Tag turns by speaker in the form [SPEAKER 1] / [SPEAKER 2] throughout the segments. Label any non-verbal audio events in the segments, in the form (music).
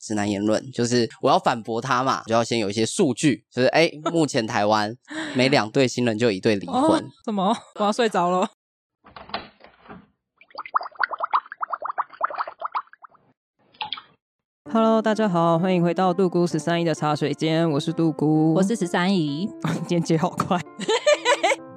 [SPEAKER 1] 直男言论就是我要反驳他嘛，就要先有一些数据，就是哎，目前台湾每两对新人就一对离婚，
[SPEAKER 2] 哦、什么？我要睡着了。Hello，大家好，欢迎回到杜姑十三姨的茶水间，我是杜姑，
[SPEAKER 3] 我是十三姨。
[SPEAKER 2] (laughs) 今天接好快，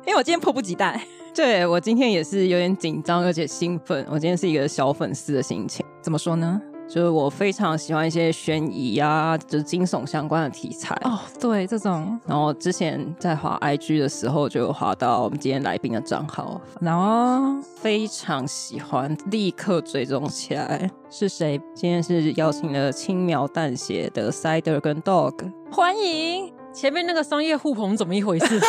[SPEAKER 3] 因为我今天迫不及待。
[SPEAKER 2] 对我今天也是有点紧张，而且兴奋。我今天是一个小粉丝的心情，
[SPEAKER 3] 怎么说呢？
[SPEAKER 2] 就是我非常喜欢一些悬疑啊，就是惊悚相关的题材。
[SPEAKER 3] 哦，对，这种，
[SPEAKER 2] 然后之前在滑 IG 的时候，就有滑到我们今天来宾的账号，
[SPEAKER 3] 然后
[SPEAKER 2] 非常喜欢，立刻追踪起来。
[SPEAKER 3] 是谁？
[SPEAKER 2] 今天是邀请了轻描淡写的 Cider 跟 Dog，
[SPEAKER 3] 欢迎。
[SPEAKER 4] 前面那个商业互捧怎么一
[SPEAKER 3] (laughs)
[SPEAKER 4] 回事？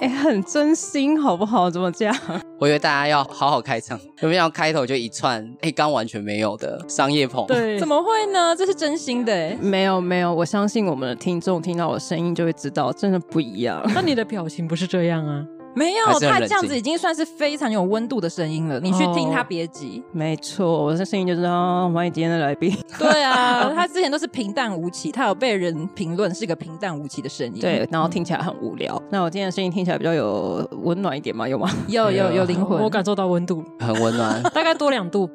[SPEAKER 2] 哎、很真心，好不好？怎么这样？
[SPEAKER 1] 我以为大家要好好开场，有没有开头就一串？哎，刚完全没有的商业捧，
[SPEAKER 4] 对，
[SPEAKER 3] 怎么会呢？这是真心的哎。
[SPEAKER 2] 没有没有，我相信我们的听众听到我的声音就会知道，真的不一样。
[SPEAKER 4] (laughs) 那你的表情不是这样啊？
[SPEAKER 3] 没有
[SPEAKER 1] 还，是很
[SPEAKER 3] 他
[SPEAKER 1] 冷
[SPEAKER 3] 这样子已经算是非常有温度的声音了。你去听
[SPEAKER 4] 哦
[SPEAKER 3] 他别急。
[SPEAKER 2] 没错，我的声音就知道欢迎今
[SPEAKER 4] (laughs)
[SPEAKER 2] 天的来宾。
[SPEAKER 3] 对啊，他之前都是平淡无奇，他有被人评论是个平淡无奇的声音。
[SPEAKER 2] 对，然后听起来很无聊。那我今天的声音听起来比较有温暖一点嘛，有吗？
[SPEAKER 4] (laughs)
[SPEAKER 3] 有有有灵魂。
[SPEAKER 4] 我感受到温度，。
[SPEAKER 1] 很温暖
[SPEAKER 4] 大概多两度。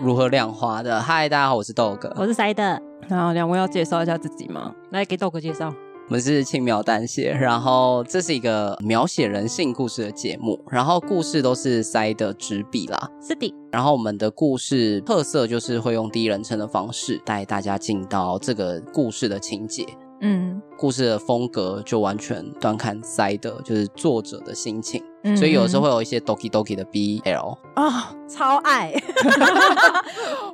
[SPEAKER 1] 如何两花的？嗨，大家好，我是豆哥，
[SPEAKER 5] 我是塞的，
[SPEAKER 2] 那两位要介绍一下自己吗？
[SPEAKER 4] 来给豆哥介绍，
[SPEAKER 1] 我们是轻描淡写，然后这是一个描写人性故事的节目，然后故事都是塞的纸笔啦。
[SPEAKER 5] 是的，
[SPEAKER 1] 然后我们的故事特色就是会用第一人称的方式带大家进到这个故事的情节，
[SPEAKER 3] 嗯
[SPEAKER 1] 故事的风格就完全端看塞的，就是作者的心情。
[SPEAKER 3] 嗯
[SPEAKER 1] 所以有时候会有一些 doki doki 的 BL，
[SPEAKER 3] 啊、超 (laughs) 爱！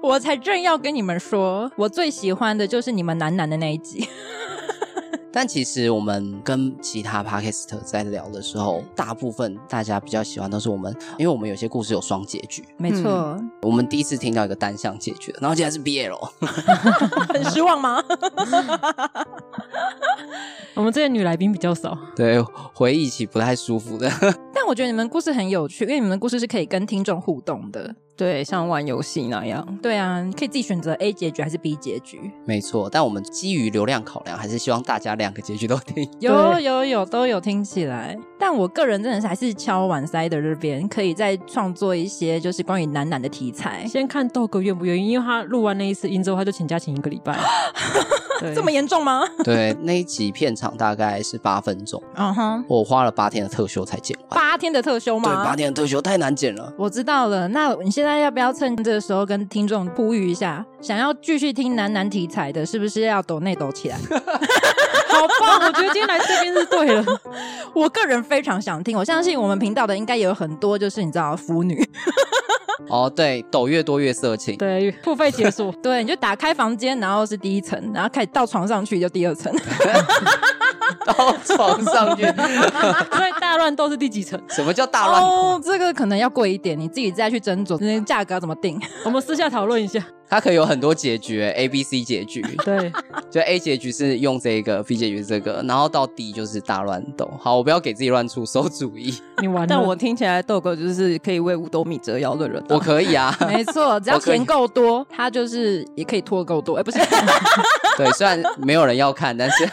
[SPEAKER 3] 我才正要跟你们说，我最喜欢的就是你们男男的那一集。
[SPEAKER 1] 但其实我们跟其他 podcast 在聊的时候，大部分大家比较喜欢都是我们，因为我们有些故事有双结局，
[SPEAKER 3] 没错，
[SPEAKER 1] 我们第一次听到一个单向结局的，然后竟然是 BL。
[SPEAKER 3] 很失望吗？
[SPEAKER 4] 我们这些女来宾比较少，
[SPEAKER 1] 对，回忆起不太舒服的。
[SPEAKER 3] 但我觉得你们故事很有趣，因为你们的故事是可以跟听众互动的。
[SPEAKER 2] 对，像玩游戏那样。
[SPEAKER 3] 对啊，你可以自己选择 A 结局还是 B 结局。
[SPEAKER 1] 没错，但我们基于流量考量，还是希望大家两个结局都
[SPEAKER 3] (laughs)
[SPEAKER 1] 听。
[SPEAKER 3] 有有有，都有听起来。但我个人真的是还是敲碗塞的这边，可以再创作一些就是关于男男的题材。
[SPEAKER 4] 先看豆哥愿不愿意，因为他录完那一次音之后，他就请假请一个礼
[SPEAKER 2] (laughs)
[SPEAKER 4] 拜。
[SPEAKER 3] 这么严重吗？
[SPEAKER 1] 对，那一集片长大概是八分钟，
[SPEAKER 3] (laughs) 嗯哼，
[SPEAKER 1] 我花了八天的特休才剪完。
[SPEAKER 3] 八天的特休吗？
[SPEAKER 1] 对，八天的特休太难剪了。
[SPEAKER 3] 我知道了，那你现在要不要趁这个时候跟听众呼吁一下？想要继续听男男题材的，是不是要抖内抖起来？ (laughs)
[SPEAKER 4] 好棒，我觉得今天来这边是对了。
[SPEAKER 2] (laughs)
[SPEAKER 3] 我个人非常想听，我相信我们频道的应该也有很多，就是你知道腐女， (laughs)
[SPEAKER 1] 哦，对，抖越多越色情。
[SPEAKER 4] (laughs) 对，付费解
[SPEAKER 2] (laughs)
[SPEAKER 4] 锁，
[SPEAKER 3] 对，你就打开房间，然后是第一层，然后开始到床上去就第二层，
[SPEAKER 1] 到床上去，
[SPEAKER 4] 所以大乱斗是第几层？
[SPEAKER 1] 什么叫大乱？
[SPEAKER 3] 哦，这个可能要贵一点，你自己再去斟酌那个价格要怎么定。 (laughs)
[SPEAKER 4] 我们私下讨论一下。
[SPEAKER 1] 它可以有很多结局欸，A、B、C 结局，
[SPEAKER 4] 对，
[SPEAKER 1] 就 A 结局是用这个，B 结局是这个，然后到 D 就是大乱斗。好，我不要给自己乱出馊主意，
[SPEAKER 4] 你完了。
[SPEAKER 2] 但我听起来豆哥就是可以为五斗米折腰的人啊、
[SPEAKER 1] 我可以啊。
[SPEAKER 3] 没错，只要
[SPEAKER 1] 我可以
[SPEAKER 3] 钱够多，他就是也可以拖够多，哎、不是，
[SPEAKER 1] 对，虽然没有人要看，但是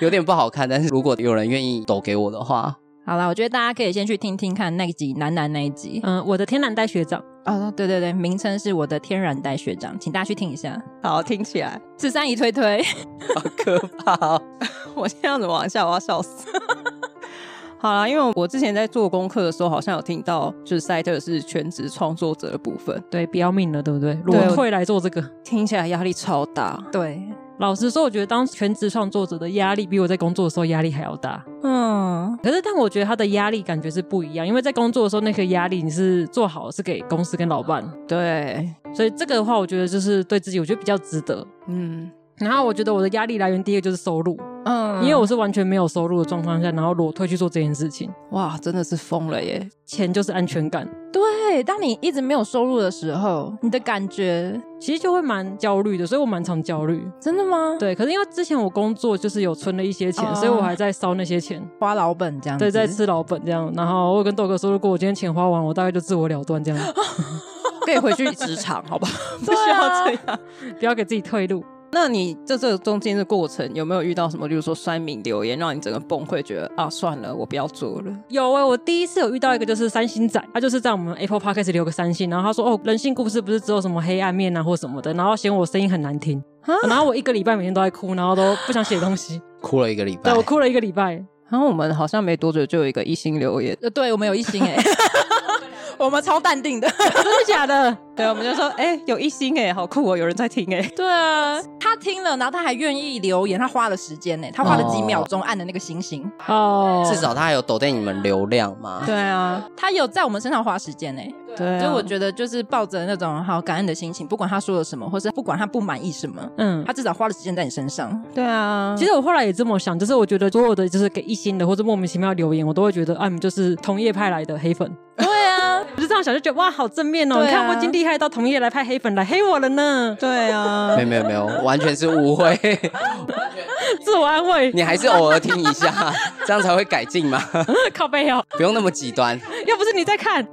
[SPEAKER 1] 有点不好看。但是如果有人愿意抖给我的话，
[SPEAKER 3] 好啦，我觉得大家可以先去听听看那一集男男那一集，
[SPEAKER 4] 嗯，我的天然呆学长，
[SPEAKER 3] 哦，对对对，名称是我的天然呆学长，请大家去听一下。
[SPEAKER 2] 好听起来。
[SPEAKER 3] 十三姨推推，
[SPEAKER 1] 好可怕、哦。
[SPEAKER 2] 我现在怎么往下？我要笑死。 (laughs) 好啦，因为我之前在做功课的时候，好像有听到，就是赛特是全职创作者的部分，
[SPEAKER 4] (laughs) 对，不要命了，对不对？
[SPEAKER 2] 对
[SPEAKER 4] 裸退来做这个。
[SPEAKER 2] 听起来压力超大。
[SPEAKER 3] 对，
[SPEAKER 4] 老实说，我觉得当全职创作者的压力比我在工作的时候压力还要大。
[SPEAKER 3] 嗯，
[SPEAKER 4] 可是，但我觉得他的压力感觉是不一样，因为在工作的时候，那个压力你是做好是给公司跟老板，
[SPEAKER 2] 对，
[SPEAKER 4] 所以这个的话，我觉得就是对自己，我觉得比较值得。
[SPEAKER 2] 嗯
[SPEAKER 4] 然后，我觉得我的压力来源第一个就是收入，
[SPEAKER 2] 嗯
[SPEAKER 4] 因为我是完全没有收入的状况下，然后裸退去做这件事情，
[SPEAKER 2] 哇，真的是疯了耶！
[SPEAKER 4] 钱就是安全感，
[SPEAKER 3] 对，当你一直没有收入的时候，你的感觉
[SPEAKER 4] 其实就会蛮焦虑的，所以我蛮常焦虑。
[SPEAKER 3] 真的吗？
[SPEAKER 4] 对，可是因为之前我工作就是有存了一些钱，
[SPEAKER 3] 哦
[SPEAKER 4] 所以我还在烧那些钱，
[SPEAKER 3] 花老本这样子，
[SPEAKER 4] 对，在吃老本这样。然后我有跟豆哥说，如果我今天钱花完，我大概就自我了断这
[SPEAKER 3] (laughs)
[SPEAKER 4] 样，
[SPEAKER 2] 可以回去职场，好吧？ (laughs) 不
[SPEAKER 3] 对
[SPEAKER 2] 需要
[SPEAKER 3] 啊
[SPEAKER 2] 这样。
[SPEAKER 4] 不要给自己退路。
[SPEAKER 2] 那你在这个中间的过程，有没有遇到什么，例如说酸民留言，让你整个崩溃，觉得啊，算了，我不要做了？
[SPEAKER 4] 有哎、我第一次有遇到一个就是三星仔，他就是在我们 Apple Podcast 留个三星，然后他说哦，人性故事不是只有什么黑暗面啊或什么的，然后嫌我声音很难听，
[SPEAKER 3] 啊
[SPEAKER 4] 然后我一个礼拜每天都在哭，然后都不想写
[SPEAKER 3] (laughs)
[SPEAKER 4] 东西，
[SPEAKER 1] 哭了一个礼拜
[SPEAKER 4] 对我，哭了一个礼拜，
[SPEAKER 2] 然后我们好像没多久就有一个一星留言，
[SPEAKER 3] 呃，对我们有一心
[SPEAKER 4] (laughs)
[SPEAKER 3] 哎、我们超淡定的。
[SPEAKER 4] 真的假的？
[SPEAKER 2] 对，我们就 (laughs) 说，哎、有一星哎、好酷哦，有人在听哎、
[SPEAKER 3] 对啊，他听了，然后他还愿意留言，他花了时间呢、欸他花了几秒钟按的那个星星，
[SPEAKER 4] 哦，
[SPEAKER 1] 至少他还有抖带你们流量嘛。
[SPEAKER 2] 对啊，
[SPEAKER 3] 他有在我们身上花时间欸呢、
[SPEAKER 2] 对啊，
[SPEAKER 3] 所以我觉得就是抱着那种好感恩的心情，不管他说了什么，或是不管他不满意什么，
[SPEAKER 4] 嗯。
[SPEAKER 3] 他至少花了时间在你身上。
[SPEAKER 2] 对啊，
[SPEAKER 4] 其
[SPEAKER 2] 实
[SPEAKER 4] 实我后来也这么想，就是我觉得所有的就是给一星的或者莫名其妙的留言，我都会觉得啊，你们就是同业派来的黑粉。
[SPEAKER 3] 对啊，
[SPEAKER 4] (laughs) 我就这样想，就觉得哇，好正面哦！
[SPEAKER 3] 对啊
[SPEAKER 4] 你看我已经厉害到同业来派黑粉来黑我了呢，
[SPEAKER 2] 对啊
[SPEAKER 1] 没，有没有没有，完全是误会，
[SPEAKER 4] (laughs)
[SPEAKER 1] (laughs)
[SPEAKER 4] 自我安慰，
[SPEAKER 1] 你还是偶尔听一下，这样才会改进嘛，
[SPEAKER 4] (laughs) 靠背哦，
[SPEAKER 1] 不用那么极端。
[SPEAKER 4] 又不是你在看，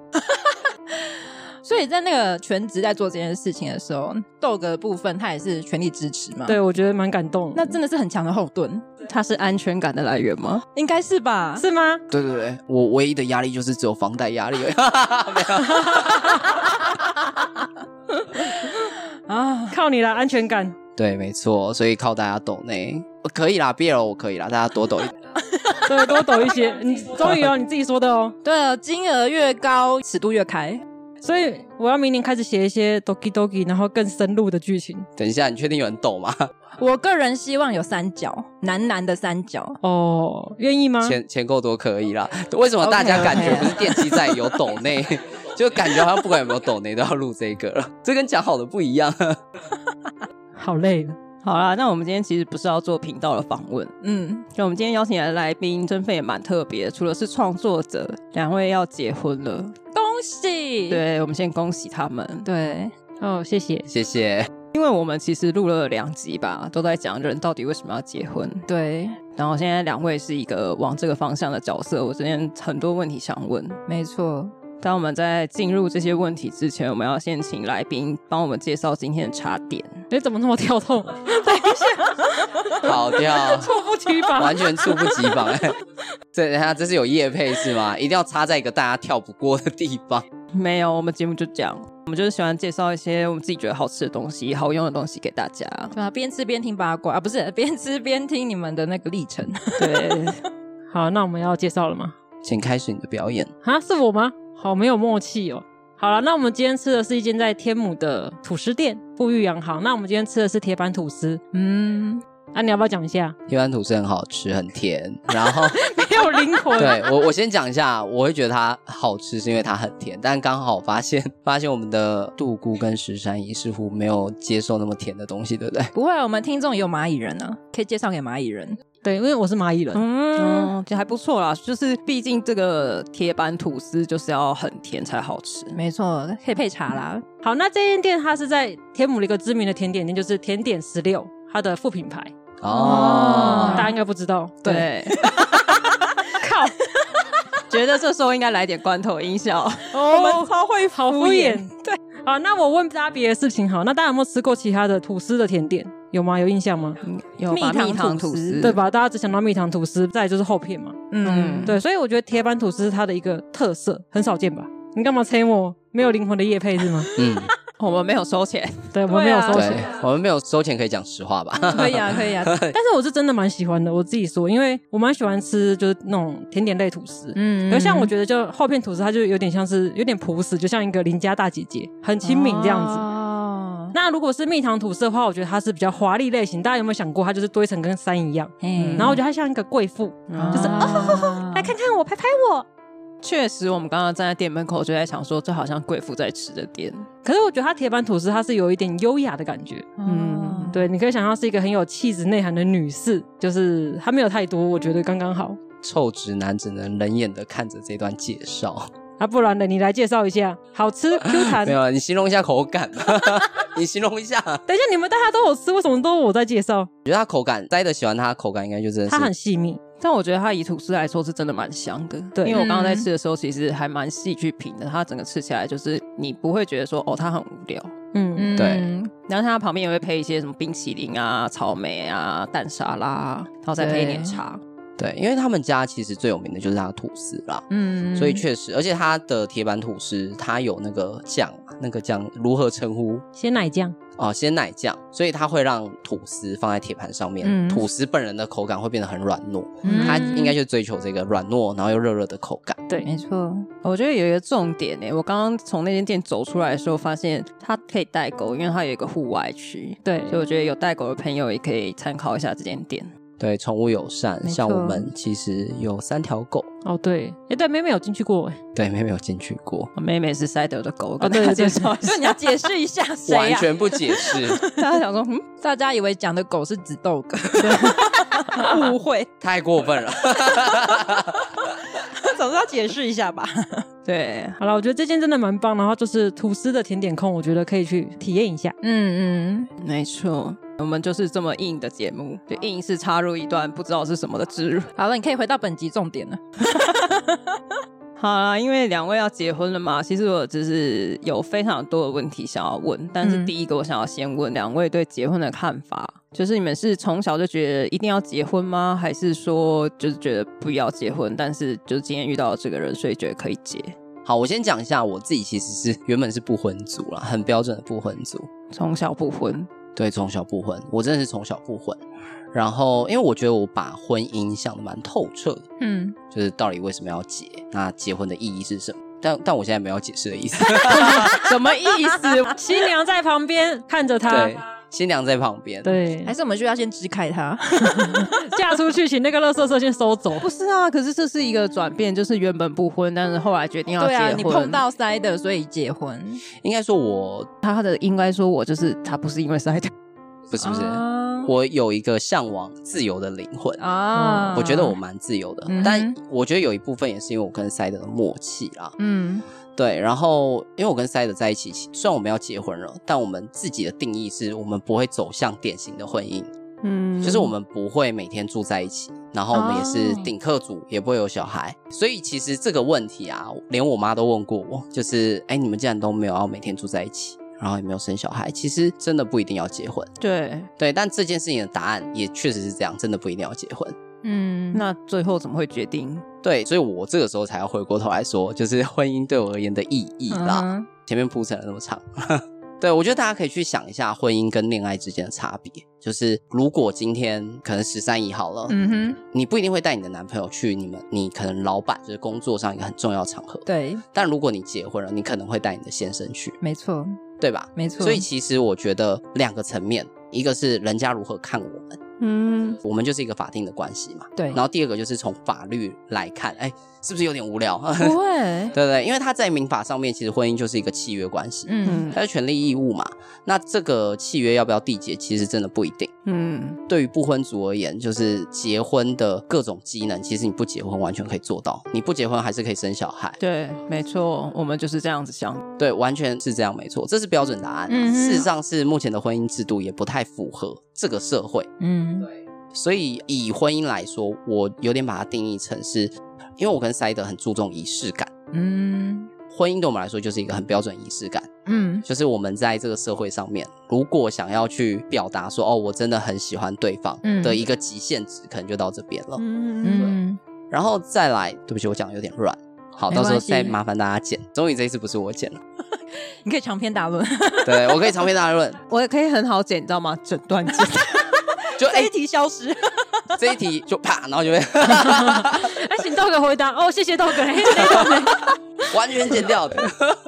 [SPEAKER 3] 所以在那个全职在做这件事情的时候，豆哥的部分他也是全力支持嘛。
[SPEAKER 4] 对，我觉得蛮感动。
[SPEAKER 3] 那真的是很强的后盾，
[SPEAKER 2] 它是安全感的来源吗？
[SPEAKER 3] 应该是吧？
[SPEAKER 4] 是吗？
[SPEAKER 1] 对对对，我唯一的压力就是只有房贷压力而已。 (laughs)
[SPEAKER 3] 啊，
[SPEAKER 4] 靠你了，安全感。
[SPEAKER 1] 对，没错，所以靠大家抖内可以啦，BL 我可以啦，大家多抖一点。
[SPEAKER 4] 对，多抖一些。你终于哦，你自己说的哦。
[SPEAKER 3] 对啊，金额越高，尺度越开。
[SPEAKER 4] 所以我要明年开始写一些 doki doki，然后更深入的剧情。
[SPEAKER 1] 等一下，你确定有人抖吗？
[SPEAKER 3] 我个人希望有三角，男男的三角。
[SPEAKER 4] 哦，愿意吗？
[SPEAKER 1] 钱钱够多可以啦。为什么大家
[SPEAKER 3] OK，OK
[SPEAKER 1] 感觉不是电击仔有抖内， (laughs) 就感觉好像不管有没有抖内都要录这个了？这跟讲好的不一样。 (laughs)
[SPEAKER 4] 好累哦了。
[SPEAKER 2] 好啦，那我们今天其实不是要做频道的访问，
[SPEAKER 3] 嗯，
[SPEAKER 2] 就我们今天邀请来的来宾，真费也蛮特别，除了是创作者，两位要结婚了，
[SPEAKER 3] 恭喜。
[SPEAKER 2] 对，我们先恭喜他们。
[SPEAKER 3] 对，
[SPEAKER 4] 哦，谢谢。
[SPEAKER 1] 谢谢。
[SPEAKER 2] 因为我们其实录了两集吧，都在讲人到底为什么要结婚。
[SPEAKER 3] 对，
[SPEAKER 2] 然后现在两位是一个往这个方向的角色，我这边很多问题想问。
[SPEAKER 3] 没错。
[SPEAKER 2] 当我们在进入这些问题之前，我们要先请来宾帮我们介绍今天的茶点。
[SPEAKER 4] 你怎么那么跳动？
[SPEAKER 1] 跑掉，
[SPEAKER 4] 猝不及防
[SPEAKER 1] 完。全猝不及防。 (laughs) 这等一下这是有夜配是吗？一定要插在一个大家跳不过的地方。
[SPEAKER 2] 没有，我们节目就这样，我们就是喜欢介绍一些我们自己觉得好吃的东西、好用的东西给大 (laughs) 家。
[SPEAKER 3] 对啊，边吃边听八卦啊，不是 (laughs) 边吃边听你们的那个历程。
[SPEAKER 2] 对，
[SPEAKER 4] 好，那我们要介绍了吗？
[SPEAKER 1] 请开始你的表演。
[SPEAKER 4] 啊，是我吗？好没有默契哦。好了，那我们今天吃的是一间在天母的吐司店——富裕洋行。那我们今天吃的是铁板吐司。
[SPEAKER 3] 嗯，
[SPEAKER 4] 啊，你要不要讲
[SPEAKER 1] (laughs)
[SPEAKER 4] 一下？
[SPEAKER 1] 铁板吐司很好吃，很甜。然后，
[SPEAKER 4] 没有灵魂。
[SPEAKER 1] 对我我先讲一下，我会觉得它好吃是因为它很甜，但刚好发现发现我们的杜姑跟石山姨似乎没有接受那么甜的东西，对不对？
[SPEAKER 3] 不会啊，我们听众也有蚂蚁人啊，可以介绍给蚂蚁人。
[SPEAKER 4] 对，因为我是蚂蚁人。
[SPEAKER 3] 嗯，
[SPEAKER 2] 嗯，就还不错啦。就是毕竟这个铁板吐司就是要很甜才好吃。
[SPEAKER 3] 没错，可以配茶啦。
[SPEAKER 4] 好，那这间店它是在天母的一个知名的甜点店，就是甜点十六，它的副品牌，
[SPEAKER 1] 哦
[SPEAKER 3] 哦，
[SPEAKER 4] 大家应该不知道。，
[SPEAKER 2] 对， (laughs) 靠， (laughs) 觉得这时候应该来点罐头音效。
[SPEAKER 4] 哦、
[SPEAKER 2] 我们超
[SPEAKER 4] 会好敷衍。对，好，那我问大家别的事情。好，那大家有没有吃过其他的吐司的甜点？有吗？有印象吗？
[SPEAKER 2] 有
[SPEAKER 3] 蜜
[SPEAKER 2] 吧
[SPEAKER 3] 糖
[SPEAKER 2] 蜜糖
[SPEAKER 3] 吐
[SPEAKER 2] 吐
[SPEAKER 3] 司
[SPEAKER 2] 司，
[SPEAKER 4] 对？吧？大家只想到蜜糖吐司，再来就是厚片嘛。
[SPEAKER 3] 嗯，
[SPEAKER 4] 对，所以我觉得铁板吐司是它的一个特色，很少见吧？你干嘛催我？没有灵魂的叶配是吗？
[SPEAKER 1] 嗯，
[SPEAKER 2] (laughs) 我们没有收钱，
[SPEAKER 4] 对，我没有收
[SPEAKER 2] 对
[SPEAKER 4] 钱
[SPEAKER 1] (laughs) 对。，我们没有收钱可以讲实话吧？
[SPEAKER 3] 可以啊，可 (laughs) 以啊，
[SPEAKER 4] 但是我是真的蛮喜欢的，我自己说，因为我蛮喜欢吃就是那种甜点类吐司。
[SPEAKER 3] 嗯，
[SPEAKER 4] 可是像我觉得，就厚片吐司，它就有点像是有点朴实，就像一个邻家大姐姐，很亲民这样子。
[SPEAKER 3] 哦子，
[SPEAKER 4] 那如果是蜜糖吐司的话，我觉得它是比较华丽类型。大家有没有想过，它就是堆成跟山一样？
[SPEAKER 3] 嗯
[SPEAKER 4] 然后我觉得它像一个贵妇，就是哦
[SPEAKER 3] 啊
[SPEAKER 4] 来看看我，拍拍我。
[SPEAKER 2] 确实，我们刚刚站在店门口就在想说，这好像贵妇在吃的店，
[SPEAKER 4] 可是我觉得它铁板吐司，它是有一点优雅的感觉。
[SPEAKER 3] 嗯，
[SPEAKER 4] 对，你可以想象是一个很有气质内涵的女士，就是她没有太多，我觉得刚刚好。
[SPEAKER 1] 臭直男只能冷眼的看着这段介绍。
[SPEAKER 4] 啊，不然呢，你来介绍一下，
[SPEAKER 3] (laughs)
[SPEAKER 4] 好吃 Q 弹
[SPEAKER 1] 没。有啊，你形容一下口感， (laughs) 你形容一下。
[SPEAKER 4] 等一下，你们大家都有吃，为什么都我在介绍？
[SPEAKER 1] 我觉得它口感，呆的喜欢它的口感，应该就真的
[SPEAKER 4] 它很
[SPEAKER 1] 是
[SPEAKER 4] 细密，
[SPEAKER 2] 但我觉得它以吐司来说是真的蛮香的。
[SPEAKER 4] 对
[SPEAKER 2] 因为我刚刚在
[SPEAKER 3] 嗯
[SPEAKER 2] 吃的时候，其实还蛮细去品的，它整个吃起来就是你不会觉得说哦，它很无聊。
[SPEAKER 4] 嗯，
[SPEAKER 3] 嗯，
[SPEAKER 1] 对
[SPEAKER 2] 然后它旁边也会配一些什么冰淇淋啊、草莓啊、蛋沙拉啊，然后再配一点茶。
[SPEAKER 1] 对，因为他们家其实最有名的就是它的吐司啦。
[SPEAKER 3] 嗯，
[SPEAKER 1] 所以确实，而且它的铁板吐司，它有那个酱，那个酱如何称呼？
[SPEAKER 4] 鲜奶酱，
[SPEAKER 1] 哦，鲜奶酱，所以它会让吐司放在铁盘上面，
[SPEAKER 3] 嗯
[SPEAKER 1] 吐司本人的口感会变得很软糯，
[SPEAKER 3] 嗯
[SPEAKER 1] 它应该就追求这个软糯，然后又热热的口感。
[SPEAKER 3] 没错，
[SPEAKER 2] 我觉得有一个重点欸呢、我刚刚从那间店走出来的时候，发现它可以带狗，因为它有一个户外区，
[SPEAKER 4] 对，
[SPEAKER 2] 所以我觉得有带狗的朋友也可以参考一下这间店。
[SPEAKER 1] 对，宠物友善，
[SPEAKER 3] 没
[SPEAKER 1] 像我
[SPEAKER 3] 错
[SPEAKER 1] 们其实有三条狗，
[SPEAKER 4] 哦对，哎对，妹妹有进去过，哎，
[SPEAKER 1] 对，妹妹有进去过，
[SPEAKER 2] 我妹妹是塞德的狗，我跟
[SPEAKER 4] 对
[SPEAKER 2] 大家
[SPEAKER 4] 对对
[SPEAKER 2] 介绍一下。
[SPEAKER 3] 你要解释一下谁啊
[SPEAKER 1] 完
[SPEAKER 3] 呀？
[SPEAKER 1] 全不解释。
[SPEAKER 2] 大家想说，嗯，
[SPEAKER 3] (laughs) 大家以为讲的狗是紫豆 (laughs) 哥，
[SPEAKER 2] (laughs)
[SPEAKER 3] 误会，
[SPEAKER 1] 太过分了，
[SPEAKER 3] 总是要解释一下吧。
[SPEAKER 2] 对，
[SPEAKER 4] 好了，我觉得这间真的蛮棒，然后就是吐司的甜点控，我觉得可以去体验一
[SPEAKER 3] (laughs)
[SPEAKER 4] 下。
[SPEAKER 3] 嗯嗯，
[SPEAKER 2] 没错，我们就是这么硬的节目，就硬是插入一段不知道是什么的植入。
[SPEAKER 3] 好了，你可以回到本集重点了。
[SPEAKER 2] 好啦，因为两位要结婚了嘛，其实我就是有非常多的问题想要问，但是
[SPEAKER 3] 嗯
[SPEAKER 2] 第一个我想要先问两位对结婚的看法，就是你们是从小就觉得一定要结婚吗？还是说就是觉得不要结婚，但是就是今天遇到这个人，所以觉得可以结？
[SPEAKER 1] 好，我先讲一下，我自己其实是原本是不婚族啦，很标准的不婚族。
[SPEAKER 2] 从小不婚，
[SPEAKER 1] 对，从小不婚，我真的是从小不婚。然后，因为我觉得我把婚姻想的蛮透彻的，
[SPEAKER 3] 嗯，
[SPEAKER 1] 就是到底为什么要结，那结婚的意义是什么？但但我现在没有解释的意思。 (laughs)
[SPEAKER 4] 什么意思？新娘在旁边看着她
[SPEAKER 1] 对，，新娘在旁边。，
[SPEAKER 4] 对
[SPEAKER 3] 还，是我们需要先支开他。
[SPEAKER 4] 嫁出去请那个垃圾车先收走。
[SPEAKER 2] 不是啊？可是这是一个转变，就是原本不婚，但是后来决定要
[SPEAKER 3] 对
[SPEAKER 2] 结婚。
[SPEAKER 3] 啊，你碰到塞的，所以结婚。
[SPEAKER 1] 应该说我
[SPEAKER 2] 他的，应该说我就是他，不是因为塞德。
[SPEAKER 1] 不是不是，
[SPEAKER 3] 啊
[SPEAKER 1] 我有一个向往自由的灵魂。
[SPEAKER 3] 啊
[SPEAKER 1] 我觉得我，蛮自由的，
[SPEAKER 3] 嗯哼
[SPEAKER 1] 但我觉得有一部分也是因为我跟塞德的默契啦。
[SPEAKER 3] 嗯
[SPEAKER 1] 对，然后因为我跟塞德在一起，虽然我们要结婚了，但我们自己的定义是我们不会走向典型的婚姻，
[SPEAKER 2] 嗯
[SPEAKER 1] 就是我们不会每天住在一起，然后我们也是
[SPEAKER 3] 哦
[SPEAKER 1] 顶客组，也不会有小孩，所以其实这个问题啊，连我妈都问过我，就是哎，你们既然都没有要每天住在一起，然后也没有生小孩，其实真的不一定要结婚。
[SPEAKER 2] 对。
[SPEAKER 1] 对，但这件事情的答案也确实是这样，真的不一定要结婚。
[SPEAKER 3] 嗯，
[SPEAKER 2] 那最后怎么会决定？
[SPEAKER 1] 对，所以我这个时候才要回过头来说，就是 (laughs) 婚姻对我而言的意义啦。
[SPEAKER 3] 嗯
[SPEAKER 1] 前面铺陈了那么长，对我觉得大家可以去想一下婚姻跟恋爱之间的差别。就是如果今天可能十三姨好了，
[SPEAKER 3] 嗯哼，
[SPEAKER 1] 你不一定会带你的男朋友去你们你可能老板就是工作上一个很重要的场合，。
[SPEAKER 3] 对，
[SPEAKER 1] 但如果你结婚了，你可能会带你的先生去，
[SPEAKER 3] 没错，
[SPEAKER 1] 对吧？
[SPEAKER 3] 没错。
[SPEAKER 1] 所以其实我觉得两个层面，一个是人家如何看我们，
[SPEAKER 2] 嗯，
[SPEAKER 1] 我们就是一个法定的关系嘛。
[SPEAKER 3] 对
[SPEAKER 1] 然，后第二个就是从法律来看，哎，是不是有点无聊？
[SPEAKER 3] 不会，
[SPEAKER 1] (laughs) 对对，因为他在民法上面，其实婚姻就是一个契约关系，
[SPEAKER 3] 嗯
[SPEAKER 1] 它是权利义务嘛。那这个契约要不要缔结，其实真的不一定。
[SPEAKER 2] 嗯，
[SPEAKER 1] 对于不婚族而言，就是结婚的各种机能，其实你不结婚完全可以做到，你不结婚还是可以生小孩。
[SPEAKER 2] 对，没错，我们就是这样子想。
[SPEAKER 1] 对，完全是这样，没错，这是标准答案。啊
[SPEAKER 3] 嗯哼
[SPEAKER 1] 事实上是目前的婚姻制度也不太符合这个社会，
[SPEAKER 3] 嗯
[SPEAKER 1] 所以以婚姻来说，我有点把它定义成是，因为我跟塞德很注重仪式感，
[SPEAKER 3] 嗯
[SPEAKER 1] 婚姻对我们来说就是一个很标准仪式感。
[SPEAKER 3] 嗯
[SPEAKER 1] 就是我们在这个社会上面，如果想要去表达说哦，我真的很喜欢对方
[SPEAKER 3] 嗯
[SPEAKER 1] 的一个极限值，可能就到这边了。
[SPEAKER 2] 嗯，
[SPEAKER 3] 嗯，
[SPEAKER 1] 然后再来，对不起，我讲得有点乱。好，
[SPEAKER 3] 没
[SPEAKER 1] 到时候
[SPEAKER 3] 关系
[SPEAKER 1] 再麻烦大家剪。终于这一次不是我剪了，
[SPEAKER 3] 你可以长篇大论。
[SPEAKER 1] 对我可以长篇大论，
[SPEAKER 2] 我也可以很好剪，你知道吗？整段剪，
[SPEAKER 1] 就哎、
[SPEAKER 3] 这一题消失，
[SPEAKER 1] (laughs) 这一题就啪，然后就
[SPEAKER 3] (laughs)
[SPEAKER 1] 被
[SPEAKER 4] 哎，请豆哥回答哦，谢谢豆哥。哎谁懂呢
[SPEAKER 1] 完全剪掉的。 (laughs)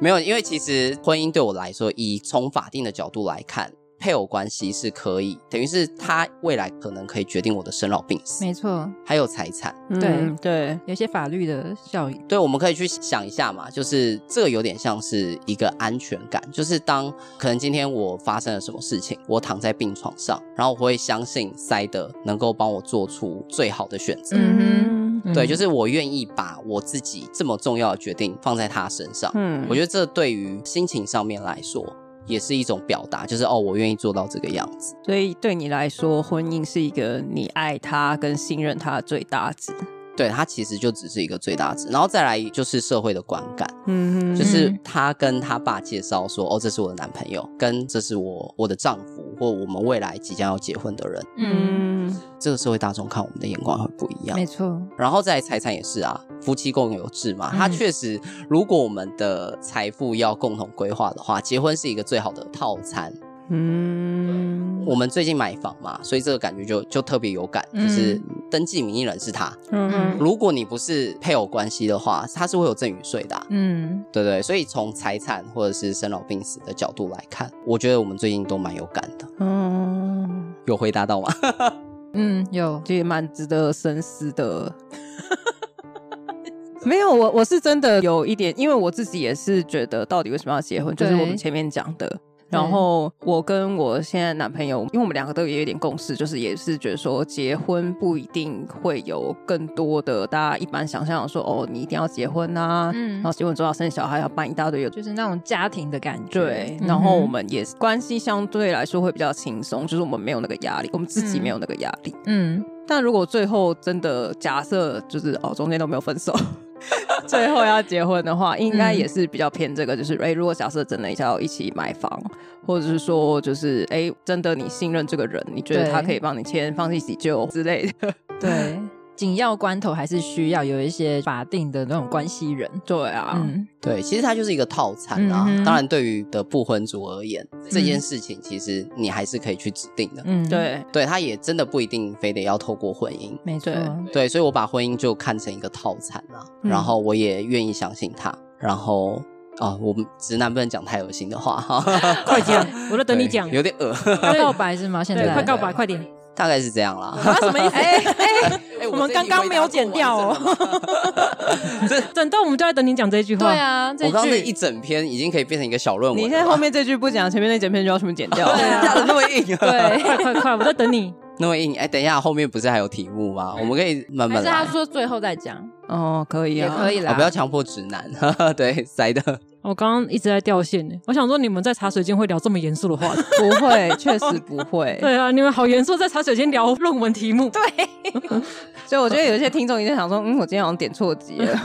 [SPEAKER 1] 没有，因为其实婚姻对我来说，以从法定的角度来看，配偶关系是可以，等于是他未来可能可以决定我的生老病死，
[SPEAKER 3] (laughs) 没错，
[SPEAKER 1] 还有财产。
[SPEAKER 2] 嗯 (laughs) 对，
[SPEAKER 3] 有一些法律的效应。
[SPEAKER 1] 对，我们可以去想一下嘛，就是这个有点像是一个安全感，就是当可能今天我发生了什么事情，我躺在病床上，然后我会相信塞德能够帮我做出最好的选择。
[SPEAKER 2] 嗯
[SPEAKER 3] 嗯
[SPEAKER 1] 对，就是我愿意把我自己这么重要的决定放在他身上。
[SPEAKER 2] 嗯
[SPEAKER 1] 我觉得这对于心情上面来说，也是一种表达，就是哦，我愿意做到这个样子。
[SPEAKER 2] 所以对你来说，婚姻是一个你爱他跟信任他的最大值。
[SPEAKER 1] 对，它其实就只是一个最大值，然后再来就是社会的观感，
[SPEAKER 2] 嗯
[SPEAKER 1] 就是他跟他爸介绍说，哦，这是我的男朋友，跟这是我我的丈夫，或我们未来即将要结婚的人，
[SPEAKER 3] 嗯，
[SPEAKER 1] 这个社会大众看我们的眼光会不一样
[SPEAKER 3] 没。错，
[SPEAKER 1] 然后再来财产也是啊，夫妻共有制嘛，它
[SPEAKER 3] 嗯
[SPEAKER 1] 确实，如果我们的财富要共同规划的话，结婚是一个最好的套餐。
[SPEAKER 2] 嗯
[SPEAKER 1] 我们最近买房嘛，所以这个感觉就就特别有感，
[SPEAKER 3] 嗯
[SPEAKER 1] 就是登记名义人是他。
[SPEAKER 2] 嗯
[SPEAKER 1] 如果你不是配偶关系的话，他是会有赠与税的啊、
[SPEAKER 3] 嗯，
[SPEAKER 1] 对不对？所以从财产或者是生老病死的角度来看，我觉得我们最近都蛮有感的。
[SPEAKER 2] 嗯，
[SPEAKER 1] 有回答到吗？
[SPEAKER 3] 嗯，有，
[SPEAKER 2] 这也蛮值得深思的。没有，我我是真的有一点，因为我自己也是觉得，到底为什么要结婚，就是
[SPEAKER 3] 对
[SPEAKER 2] 我们前面讲的。然后我跟我现在男朋友，因为我们两个都有一点共识，就是也是觉得说，结婚不一定会有更多的大家一般想象的说，哦，你一定要结婚啊，
[SPEAKER 3] 嗯
[SPEAKER 2] 然后结婚之后要生小孩，要办一大堆有
[SPEAKER 3] 就是那种家庭的感觉。
[SPEAKER 2] 对，
[SPEAKER 3] 嗯
[SPEAKER 2] 然后我
[SPEAKER 3] 哼
[SPEAKER 2] 们也是关系相对来说会比较轻松，就是我们没有那个压力，我们自己没有那个压力。
[SPEAKER 3] 嗯，
[SPEAKER 2] 但如果最后真的假设就是哦中间都没有分手， (laughs) 最后要结婚的话，应该
[SPEAKER 4] 嗯
[SPEAKER 2] 也是比较偏这个，就是哎、如果假设真的要一起买房，或者是说就是哎、真的你信任这个人，你觉得
[SPEAKER 3] 对
[SPEAKER 2] 他可以帮你签放弃急救之类的， (laughs)
[SPEAKER 3] 对，紧要关头还是需要有一些法定的那种关系人。
[SPEAKER 2] 对啊，
[SPEAKER 3] 嗯，
[SPEAKER 1] 对，其实它就是一个套餐啊。
[SPEAKER 3] 嗯哼
[SPEAKER 1] 当然，对于的不婚族而言，这
[SPEAKER 2] 嗯
[SPEAKER 1] 件事情其实你还是可以去指定的。
[SPEAKER 3] 嗯，，
[SPEAKER 2] 对，
[SPEAKER 1] 对，他也真的不一定非得要透过婚姻。
[SPEAKER 3] 没错，
[SPEAKER 2] 对
[SPEAKER 1] 对，所以我把婚姻就看成一个套餐啊，
[SPEAKER 3] 嗯
[SPEAKER 1] 然后我也愿意相信他，然后哦，我们直男不能讲太恶心的话哈，
[SPEAKER 2] (laughs)
[SPEAKER 4] 快讲，我在等你讲
[SPEAKER 1] 对。有点恶，
[SPEAKER 3] 要告白是吗？现
[SPEAKER 4] 对，
[SPEAKER 3] 在
[SPEAKER 4] 快告白，快点！
[SPEAKER 1] 大概是这样啦。
[SPEAKER 2] 啊什么意思？哎
[SPEAKER 1] (laughs) 哎
[SPEAKER 2] 我们刚刚没有剪掉哦，
[SPEAKER 4] 等到我们就在等你讲这句话。
[SPEAKER 3] 对，啊，
[SPEAKER 1] 这一题
[SPEAKER 3] 这
[SPEAKER 1] 回答过完整的吗我刚刚那
[SPEAKER 3] 句
[SPEAKER 1] 一整篇已经可以变成一个小论文了
[SPEAKER 2] 你
[SPEAKER 1] 吧。
[SPEAKER 2] 现在
[SPEAKER 1] (laughs)
[SPEAKER 2] 后面啊这句不讲，前面那整片就要全部剪掉了。
[SPEAKER 4] 啊
[SPEAKER 1] 讲的那么硬，
[SPEAKER 4] 快
[SPEAKER 3] 对，
[SPEAKER 4] 快快，我在等你。
[SPEAKER 1] 那么硬。哎，等一下，后面不是还有题目吗？我们可以慢
[SPEAKER 3] 还
[SPEAKER 1] 慢
[SPEAKER 3] 是
[SPEAKER 1] 来
[SPEAKER 3] 他。说最后再讲
[SPEAKER 2] 哦，可以
[SPEAKER 3] 也
[SPEAKER 2] 啊，
[SPEAKER 3] 可以啦，
[SPEAKER 1] 啊，不要强迫直男， (laughs) 对，塞的。
[SPEAKER 4] 哦我刚刚一直在掉线呢，我想说你们在茶水间会聊这么严肃的话题？
[SPEAKER 2] 不会，确实不会。
[SPEAKER 4] (laughs) 对啊，你们好严肃，在茶水间聊论文题目。对，
[SPEAKER 2] 所以我觉得有一些听众一定想说，嗯，我今天好像点错集了。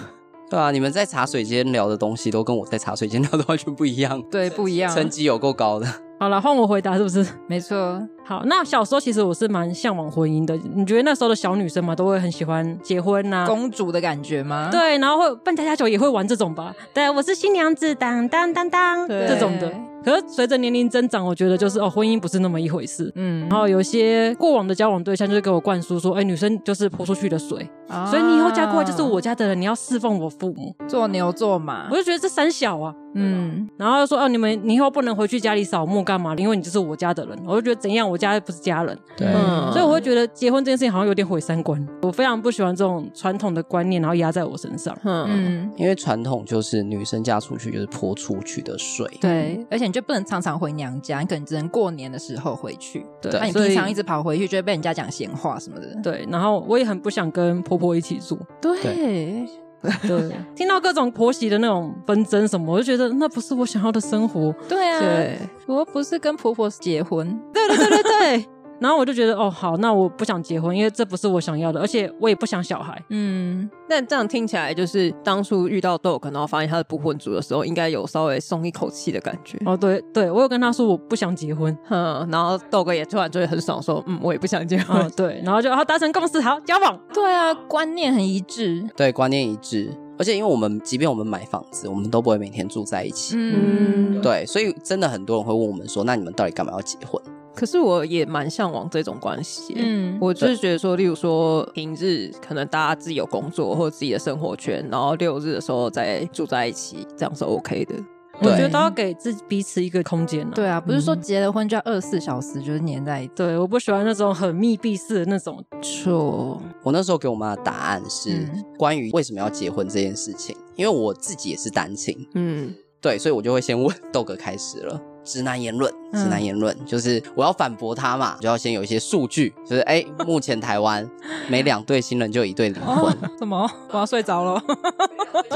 [SPEAKER 1] 对啊，你们在茶水间聊的东西都跟我在茶水间聊的完全不一样，
[SPEAKER 3] 对啊不一样，
[SPEAKER 1] 成绩有够高的。
[SPEAKER 4] 好了，换我回答是不是？
[SPEAKER 3] 没错，
[SPEAKER 4] 好，那小时候其实我是蛮向往婚姻的。你觉得那时候的小女生嘛，都会很喜欢结婚啊呐、
[SPEAKER 3] 公主的感觉吗？
[SPEAKER 4] 对，然后会扮家家酒也会玩这种吧？对，我是新娘子，当当当当
[SPEAKER 2] 对
[SPEAKER 4] 这种的。可是随着年龄增长，我觉得就是哦，婚姻不是那么一回事。
[SPEAKER 3] 嗯，
[SPEAKER 4] 然后有些过往的交往对象就是给我灌输说，哎，女生就是泼出去的水，
[SPEAKER 3] 啊
[SPEAKER 4] (laughs) 所以你以后嫁过来就是我家的人，你要侍奉我父母。
[SPEAKER 3] 做牛做马
[SPEAKER 4] 我，就觉得这三小啊，
[SPEAKER 3] 嗯，
[SPEAKER 4] 然后就说哦，你们你以后不能回去家里扫墓干嘛？因为你就是我家的人。我就觉得怎样，我家不是家人，
[SPEAKER 1] 对
[SPEAKER 2] 嗯，
[SPEAKER 4] 所以我会觉得结婚这件事情好像有点毁三观。我非常不喜欢这种传统的观念，然后压在我身上。
[SPEAKER 2] (laughs) 嗯，
[SPEAKER 3] 嗯，
[SPEAKER 1] 因为传统就是女生嫁出去就是泼出去的水，
[SPEAKER 3] 对，而且你就不能常常回娘家，你可能只能过年的时候回去。
[SPEAKER 4] 对
[SPEAKER 3] 那你
[SPEAKER 4] 所以
[SPEAKER 3] 平常一直跑回去，就会被人家讲闲话什么的。
[SPEAKER 4] 对，然后我也很不想跟婆婆一起住。
[SPEAKER 3] 对， (laughs)
[SPEAKER 4] 对，听到各种婆媳的那种纷争什么，我就觉得那不是我想要的生活。
[SPEAKER 3] 对啊，
[SPEAKER 2] 对，
[SPEAKER 3] 我又不是跟婆婆结婚，
[SPEAKER 4] 对对对对对。然后我就觉得哦，好，那我不想结婚，因为这不是我想要的，而且我也不想小孩。
[SPEAKER 3] 嗯，
[SPEAKER 2] 但这样听起来就是当初遇到豆可能发现他是不婚族的时候，应该有稍微松一口气的感觉。
[SPEAKER 4] 哦，对对，我有跟她说我不想结婚。
[SPEAKER 2] 嗯，然后豆哥也突然就会很爽说，嗯，我也不想结婚。
[SPEAKER 4] 啊、
[SPEAKER 3] (laughs)
[SPEAKER 4] 对，然后就好达成共识，好交往。
[SPEAKER 3] 对啊，观念很一致。
[SPEAKER 1] 对，观念一致。而且因为我们即便我们买房子，我们都不会每天住在一起。
[SPEAKER 2] 嗯
[SPEAKER 3] 嗯，
[SPEAKER 1] 对，所以真的很多人会问我们说，那你们到底干嘛要结婚？
[SPEAKER 2] 可是我也蛮向往这种关系。
[SPEAKER 3] 嗯，
[SPEAKER 2] 我就是觉得说，例如说平日可能大家自己有工作或者自己的生活圈，然后六日的时候再住在一起，这样是 OK 的。
[SPEAKER 4] 我觉
[SPEAKER 3] 对
[SPEAKER 4] 得都要给自己彼此一个空间啊
[SPEAKER 3] 对啊，不是说
[SPEAKER 4] 嗯
[SPEAKER 3] 结了婚就要二十四小时就是黏在一起，
[SPEAKER 4] 对，我不喜欢那种很密闭式的那种。
[SPEAKER 2] 错，
[SPEAKER 1] 我那时候给我妈的答案是
[SPEAKER 3] 嗯
[SPEAKER 1] 关于为什么要结婚这件事情，因为我自己也是单亲，
[SPEAKER 2] 嗯，
[SPEAKER 1] 对，所以我就会先问 (laughs) 豆哥开始了。嗯直男言论，直男言论、就是我要反驳他嘛，就要先有一些数据，就是哎、目前台湾 (laughs) 每两对新人就一对离婚，
[SPEAKER 3] 什么？我要睡着了。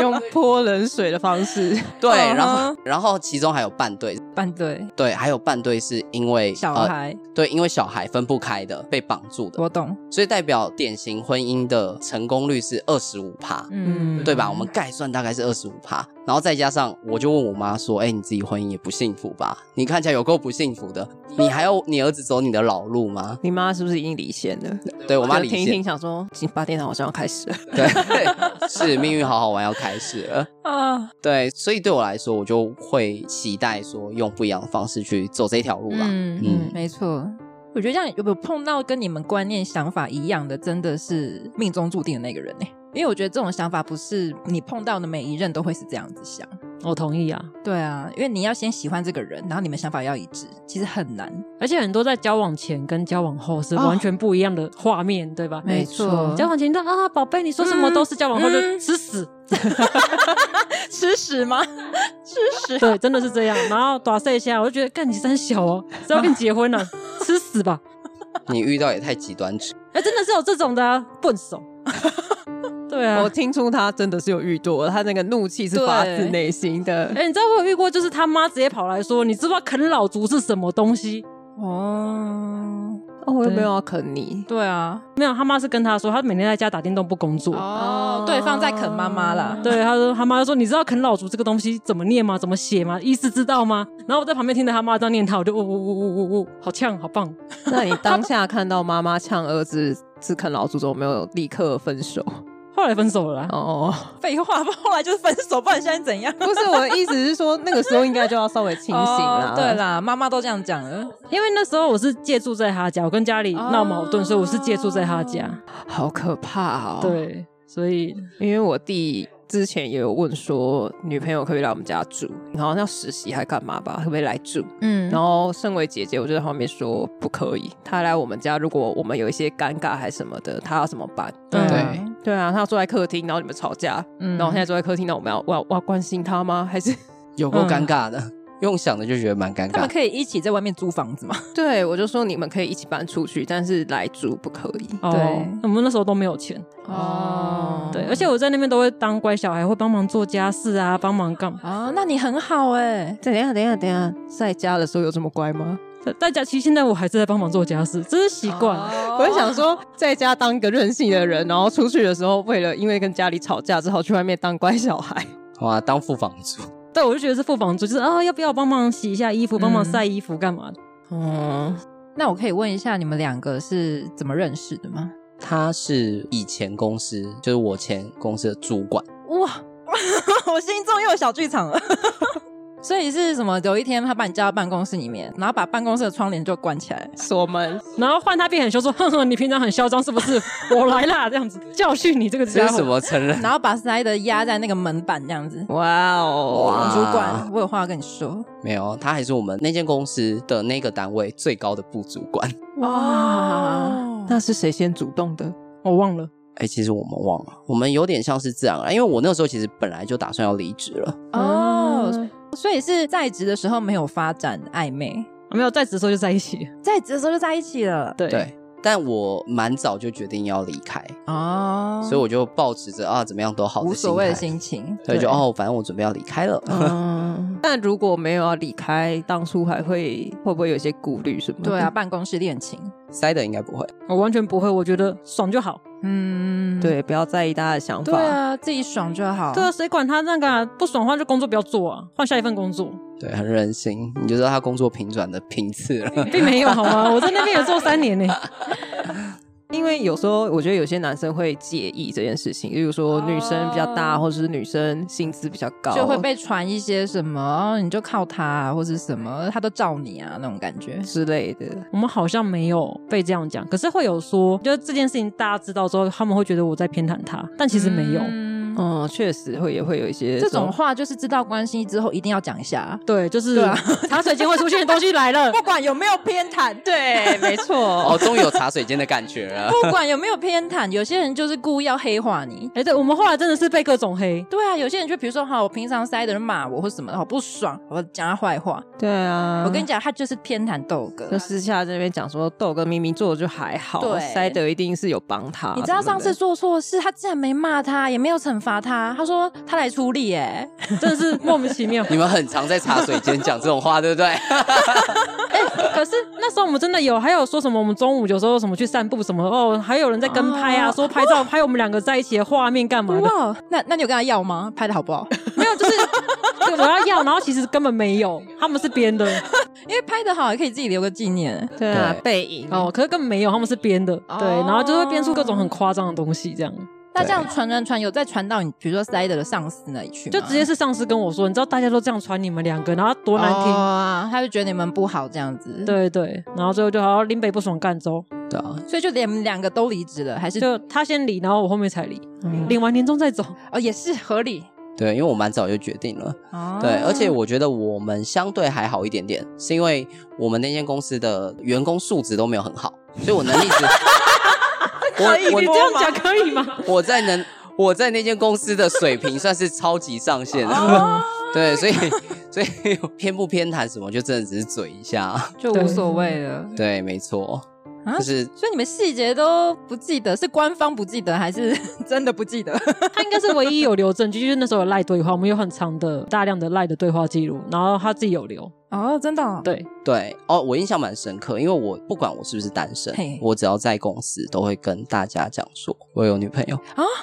[SPEAKER 2] 用泼冷水的方式， (laughs)
[SPEAKER 1] 对，
[SPEAKER 3] 嗯哼
[SPEAKER 1] 然后然后其中还有半对，
[SPEAKER 3] 半啊对啊
[SPEAKER 1] 对，还有半对是因为
[SPEAKER 3] 小
[SPEAKER 1] 呃
[SPEAKER 3] 孩，
[SPEAKER 1] 对，因为小孩分不开的，被绑住的，
[SPEAKER 3] 我懂。
[SPEAKER 1] 所以代表典型婚姻的成功率是二十五趴，
[SPEAKER 3] 嗯，
[SPEAKER 1] 对吧？我们概算大概是二十五趴，然后再加上我就问我妈说：“哎、你自己婚姻也不幸福吧？你看起来有够不幸福的，你还要你儿子走你的老路吗
[SPEAKER 2] 你妈是不是已经离线了？？”
[SPEAKER 1] 对我妈
[SPEAKER 2] 就
[SPEAKER 1] 理
[SPEAKER 2] 听一听，
[SPEAKER 1] 解，
[SPEAKER 2] 想说警八电脑好像要开始了。
[SPEAKER 1] 对， (laughs) 是命运好好玩要开始了。
[SPEAKER 3] 啊，
[SPEAKER 1] 对，所以对我来说，我就会期待说用不一样的方式去走这条路啦。
[SPEAKER 3] 嗯嗯，没错。我觉得这样有没有碰到跟你们观念想法一样的，真的是命中注定的那个人呢、因为我觉得这种想法不是你碰到的每一任都会是这样子想。
[SPEAKER 4] (laughs) 我同意啊，
[SPEAKER 3] 对啊，因为你要先喜欢这个人，然后你们想法要一致，其实很难。
[SPEAKER 4] 而且很多在交往前跟交往后是
[SPEAKER 3] 哦
[SPEAKER 4] 完全不一样的画面，对吧？
[SPEAKER 3] 没
[SPEAKER 2] 哦
[SPEAKER 3] 错
[SPEAKER 4] 交往前的啊，宝贝，你说什么都是交往后就
[SPEAKER 3] 嗯
[SPEAKER 4] 吃屎，
[SPEAKER 3] 吃屎吗？吃屎？
[SPEAKER 4] 对，真的是这样。然后打碎一下，我就觉得，干你三小哦，是要跟你结婚了、啊，吃屎吧！
[SPEAKER 1] 你遇到也太极端值，
[SPEAKER 4] 哎、真的是有这种的、啊、笨手。对啊
[SPEAKER 2] 我，听出她真的是有遇到，她那个怒气是发自内心的 (laughs)
[SPEAKER 4] 哎、。你知道我有遇过，就是他妈直接跑来说，你知不知道啃老族是什么东西？
[SPEAKER 3] 哦，
[SPEAKER 2] 哦，我又
[SPEAKER 4] 对
[SPEAKER 2] 没有要啃你，
[SPEAKER 3] 对啊，
[SPEAKER 4] 没有，他妈是跟他说，他每天在家打电动不工作。
[SPEAKER 3] 哦，对方在啃妈妈啦。
[SPEAKER 4] 对，他说他妈就说你知道啃老族这个东西怎么念吗？怎么写吗？意思知道吗？然后我在旁边听着他妈这样念他，我就呜呜呜呜呜呜，好呛，好棒。
[SPEAKER 2] 那你当下看到妈妈呛儿子是啃老祖宗，有没有立刻
[SPEAKER 3] (laughs)
[SPEAKER 2] 分手？
[SPEAKER 4] 后来分手了啦，
[SPEAKER 2] 哦，
[SPEAKER 3] 废话， (laughs) 后来就是分手，不然现在怎样？
[SPEAKER 2] 不是我的意思是说，那个时候应该就要稍微清醒啦。
[SPEAKER 3] 哦对，啦，妈妈都这样讲了。
[SPEAKER 4] 因为那时候我是借住在他家，我跟家里
[SPEAKER 3] 哦
[SPEAKER 4] 闹矛盾，所以我是借住在他家。
[SPEAKER 2] 好可怕哦。，
[SPEAKER 4] 对，所以
[SPEAKER 2] 因为我弟之前也有问说，女朋友可不可以来我们家住，好像要实习还干嘛吧，可不可以来住？
[SPEAKER 3] 嗯
[SPEAKER 2] 然后身为姐姐，我就在旁边说不可以。她来我们家，如果我们有一些尴尬还什么的，她要怎么办？
[SPEAKER 4] 对
[SPEAKER 1] 对
[SPEAKER 2] 对啊，她要坐在客厅，然后你们吵架，
[SPEAKER 3] 嗯
[SPEAKER 2] 然后我现在坐在客厅，那我们要我要我要关心她吗？还是 (laughs)
[SPEAKER 1] 有够尴尬的，用想的就觉得蛮尴尬
[SPEAKER 3] 他们。可以一起在外面租房子嘛？
[SPEAKER 2] 对我就说你们可以一起搬出去，但是来住不可以。
[SPEAKER 4] 哦
[SPEAKER 3] 对，
[SPEAKER 4] 我们那时候都没有钱。
[SPEAKER 3] 哦
[SPEAKER 4] 对，而且我在那边都会当乖小孩，会帮忙做家事啊，帮忙干嘛。
[SPEAKER 3] 啊，那你很好哎、
[SPEAKER 2] 等一下，等一下，等一下，在家的时候有这么乖吗？
[SPEAKER 4] 在在家其实现在我还是在帮忙做家事，这是习惯。
[SPEAKER 3] 哦
[SPEAKER 2] 我就想说，在家当一个任性的人，然后出去的时候，为了因为跟家里吵架，只好去外面当乖小孩。
[SPEAKER 1] 哇，当副房主，
[SPEAKER 4] (laughs) 对，我就觉得是付房租，就是啊，要不要帮忙洗一下衣服，帮忙晒衣服干嘛的？
[SPEAKER 2] 嗯，
[SPEAKER 3] 嗯那我可以问一下，你们两个是怎么认识的吗？
[SPEAKER 1] 他是以前公司，就是我前公司的主管。
[SPEAKER 3] 哇， (laughs) 我心中又有小剧场了。 (laughs) 所以是什么？有一天他把你叫到办公室里面，然后把办公室的窗帘就关起来。
[SPEAKER 2] 锁门，
[SPEAKER 4] 然后换他变很凶，说：“哼哼，你平常很嚣张是不是？我来啦，这样子教训你这个
[SPEAKER 1] 这
[SPEAKER 4] 家
[SPEAKER 1] 是
[SPEAKER 4] 伙。
[SPEAKER 1] 什么成人？
[SPEAKER 3] 然后把塞德压在那个门板这样子。
[SPEAKER 2] 哇
[SPEAKER 1] 哇
[SPEAKER 2] 哦！
[SPEAKER 3] 主管，我有话要跟你说。
[SPEAKER 1] 没有，他还是我们那间公司的那个单位最高的部主管。
[SPEAKER 3] 哇，
[SPEAKER 2] 那是谁先主动的？
[SPEAKER 4] 我忘了，
[SPEAKER 1] 哎，其实我们忘了，我们有点像是自然而然，因为我那时候其实本来就打算要离职了。
[SPEAKER 3] 哦，所以是在职的时候没有发展暧昧，
[SPEAKER 4] 啊没有在职的时候就在一起。
[SPEAKER 3] 在职的时候就在一起了。
[SPEAKER 4] 对，
[SPEAKER 1] 对，但我蛮早就决定要离开，
[SPEAKER 3] 哦，
[SPEAKER 1] 所以我就抱持着啊怎么样都好
[SPEAKER 3] 无所谓的
[SPEAKER 1] 心态，
[SPEAKER 3] 心情。
[SPEAKER 1] 对，就
[SPEAKER 4] 对
[SPEAKER 1] 哦，反正我准备要离开了。
[SPEAKER 2] 嗯，但如果没有要离开，当初还会会不会有些顾虑什么的？
[SPEAKER 3] 对啊，，办公室恋情。
[SPEAKER 1] 塞的应该不会，
[SPEAKER 4] 我完全不会，我觉得爽就好。
[SPEAKER 3] 嗯，
[SPEAKER 2] 对，不要在意大家的想
[SPEAKER 3] 对
[SPEAKER 2] 法。
[SPEAKER 3] 啊，自己爽就好。
[SPEAKER 4] 对啊，谁管他那个啊、不爽的话就工作不要做啊，换下一份工作，
[SPEAKER 1] 对，很任性，你就知道
[SPEAKER 3] (laughs)
[SPEAKER 1] 他工作平转的频次了。
[SPEAKER 4] 并没有好吗？我在那边也做三年呢、
[SPEAKER 2] 因为有时候我觉得有些男生会介意这件事情，例如说女生比较大，
[SPEAKER 3] 哦
[SPEAKER 2] 或者是女生薪资比较高，
[SPEAKER 3] 就会被传一些什么，哦你就靠他、啊、或是什么，他都照你啊那种感觉。
[SPEAKER 2] 之类的。
[SPEAKER 4] 我们好像没有被这样讲，可是会有说，就是这件事情大家知道之后，他们会觉得我在偏袒他，但其实没有。
[SPEAKER 3] 嗯
[SPEAKER 2] 嗯，确实会也会有一些
[SPEAKER 3] 这种话就是知道关系之后一定要讲一下，
[SPEAKER 4] 对，就是
[SPEAKER 3] 对啊
[SPEAKER 4] 茶水间会出现的东西 (laughs) 来了，
[SPEAKER 3] 不管有没有偏袒， (laughs)
[SPEAKER 2] 对，没错
[SPEAKER 1] 哦，。终于有茶水间的感觉了。
[SPEAKER 3] 不管有没有偏袒，有些人就是故意要黑化你。
[SPEAKER 4] 哎、对我们后来真的是被各种黑， (laughs)
[SPEAKER 3] 对啊，有些人就比如说，哈，我平常塞的人骂我或什么的，好不爽，我讲他坏话。
[SPEAKER 2] 对啊，
[SPEAKER 4] 嗯
[SPEAKER 3] 我跟你讲，他就是偏袒豆哥
[SPEAKER 2] 就。私下这边讲说，豆跟咪咪做的就还好，
[SPEAKER 3] 对
[SPEAKER 2] 塞德一定是有帮他。
[SPEAKER 3] 你知道上次做错事，他竟然没骂他，也没有惩罚他，他说他来处理、哎，
[SPEAKER 4] 真的是莫名
[SPEAKER 3] (laughs)
[SPEAKER 4] 其妙。
[SPEAKER 1] 你们很常在茶水间讲这种话，对不对？
[SPEAKER 4] 可是那时候我们真的有，还有说什么我们中午有时候什么去散步什么哦，还有人在跟拍啊，
[SPEAKER 3] 哦
[SPEAKER 4] 说拍
[SPEAKER 3] (laughs)
[SPEAKER 4] 照拍我们两个在一起的画面干嘛的，
[SPEAKER 3] 哇，那那你有跟他要吗？拍的好不好？ (laughs)
[SPEAKER 4] 没有，就是对我要要，然后其实根本没有，他们是编
[SPEAKER 3] (laughs)
[SPEAKER 4] 的
[SPEAKER 3] 因为拍的好也可以自己留个纪念。
[SPEAKER 2] 对啊
[SPEAKER 1] 对，
[SPEAKER 2] 背影
[SPEAKER 4] 哦，可是根本没有，他们是编的，对，
[SPEAKER 3] 哦
[SPEAKER 4] 然后就会编出各种很夸张的东西，这样
[SPEAKER 3] 那这样传传传，有再传到你，比如说 Side 的上司那里去吗，
[SPEAKER 4] 就直接是上司跟我说，你知道大家都这样传你们两个，然后多难听。
[SPEAKER 3] 哦他就觉得你们不好这样子。，
[SPEAKER 4] 对对，然后最后就好像林北不爽赣州，
[SPEAKER 1] 对啊，
[SPEAKER 3] 所以就连两个都离职了，还是
[SPEAKER 4] 就他先离，然后我后面才离，
[SPEAKER 2] 嗯
[SPEAKER 4] 领完年终再走。
[SPEAKER 3] 哦也是合理。
[SPEAKER 1] 对，因为我蛮早就决定了。
[SPEAKER 3] 哦
[SPEAKER 1] 对，
[SPEAKER 4] 啊
[SPEAKER 1] 而且我觉得我们相对还好一点点，是因为我们那间公司的员工素质都没有很好，所以我能力
[SPEAKER 4] (laughs)
[SPEAKER 1] 值，我
[SPEAKER 4] 你
[SPEAKER 1] 我
[SPEAKER 4] 这样讲可以
[SPEAKER 1] (laughs)
[SPEAKER 4] 吗？
[SPEAKER 1] 我在能我在那间公司的水平算是超级上限
[SPEAKER 4] 哦
[SPEAKER 1] 的，
[SPEAKER 3] 哦 (laughs)
[SPEAKER 1] 对，所以所以偏不偏袒什么，就真的只是嘴一下，
[SPEAKER 3] 就无所谓了。
[SPEAKER 1] 对，没错，
[SPEAKER 3] 啊
[SPEAKER 1] 就是
[SPEAKER 3] 所以你们细节都不记得，是官方不记得，还是 (laughs) 真的不记得？
[SPEAKER 4] 他应该是唯一有留证据，就是那时候有赖对话，我们有很长的大量的赖的对话记录，然后他自己有留。
[SPEAKER 3] 哦，真的、对，
[SPEAKER 4] 对，
[SPEAKER 1] 对哦，我印象蛮深刻，因为我不管我是不是单身
[SPEAKER 3] 嘿，
[SPEAKER 1] 我只要在公司都会跟大家讲说我有女朋友。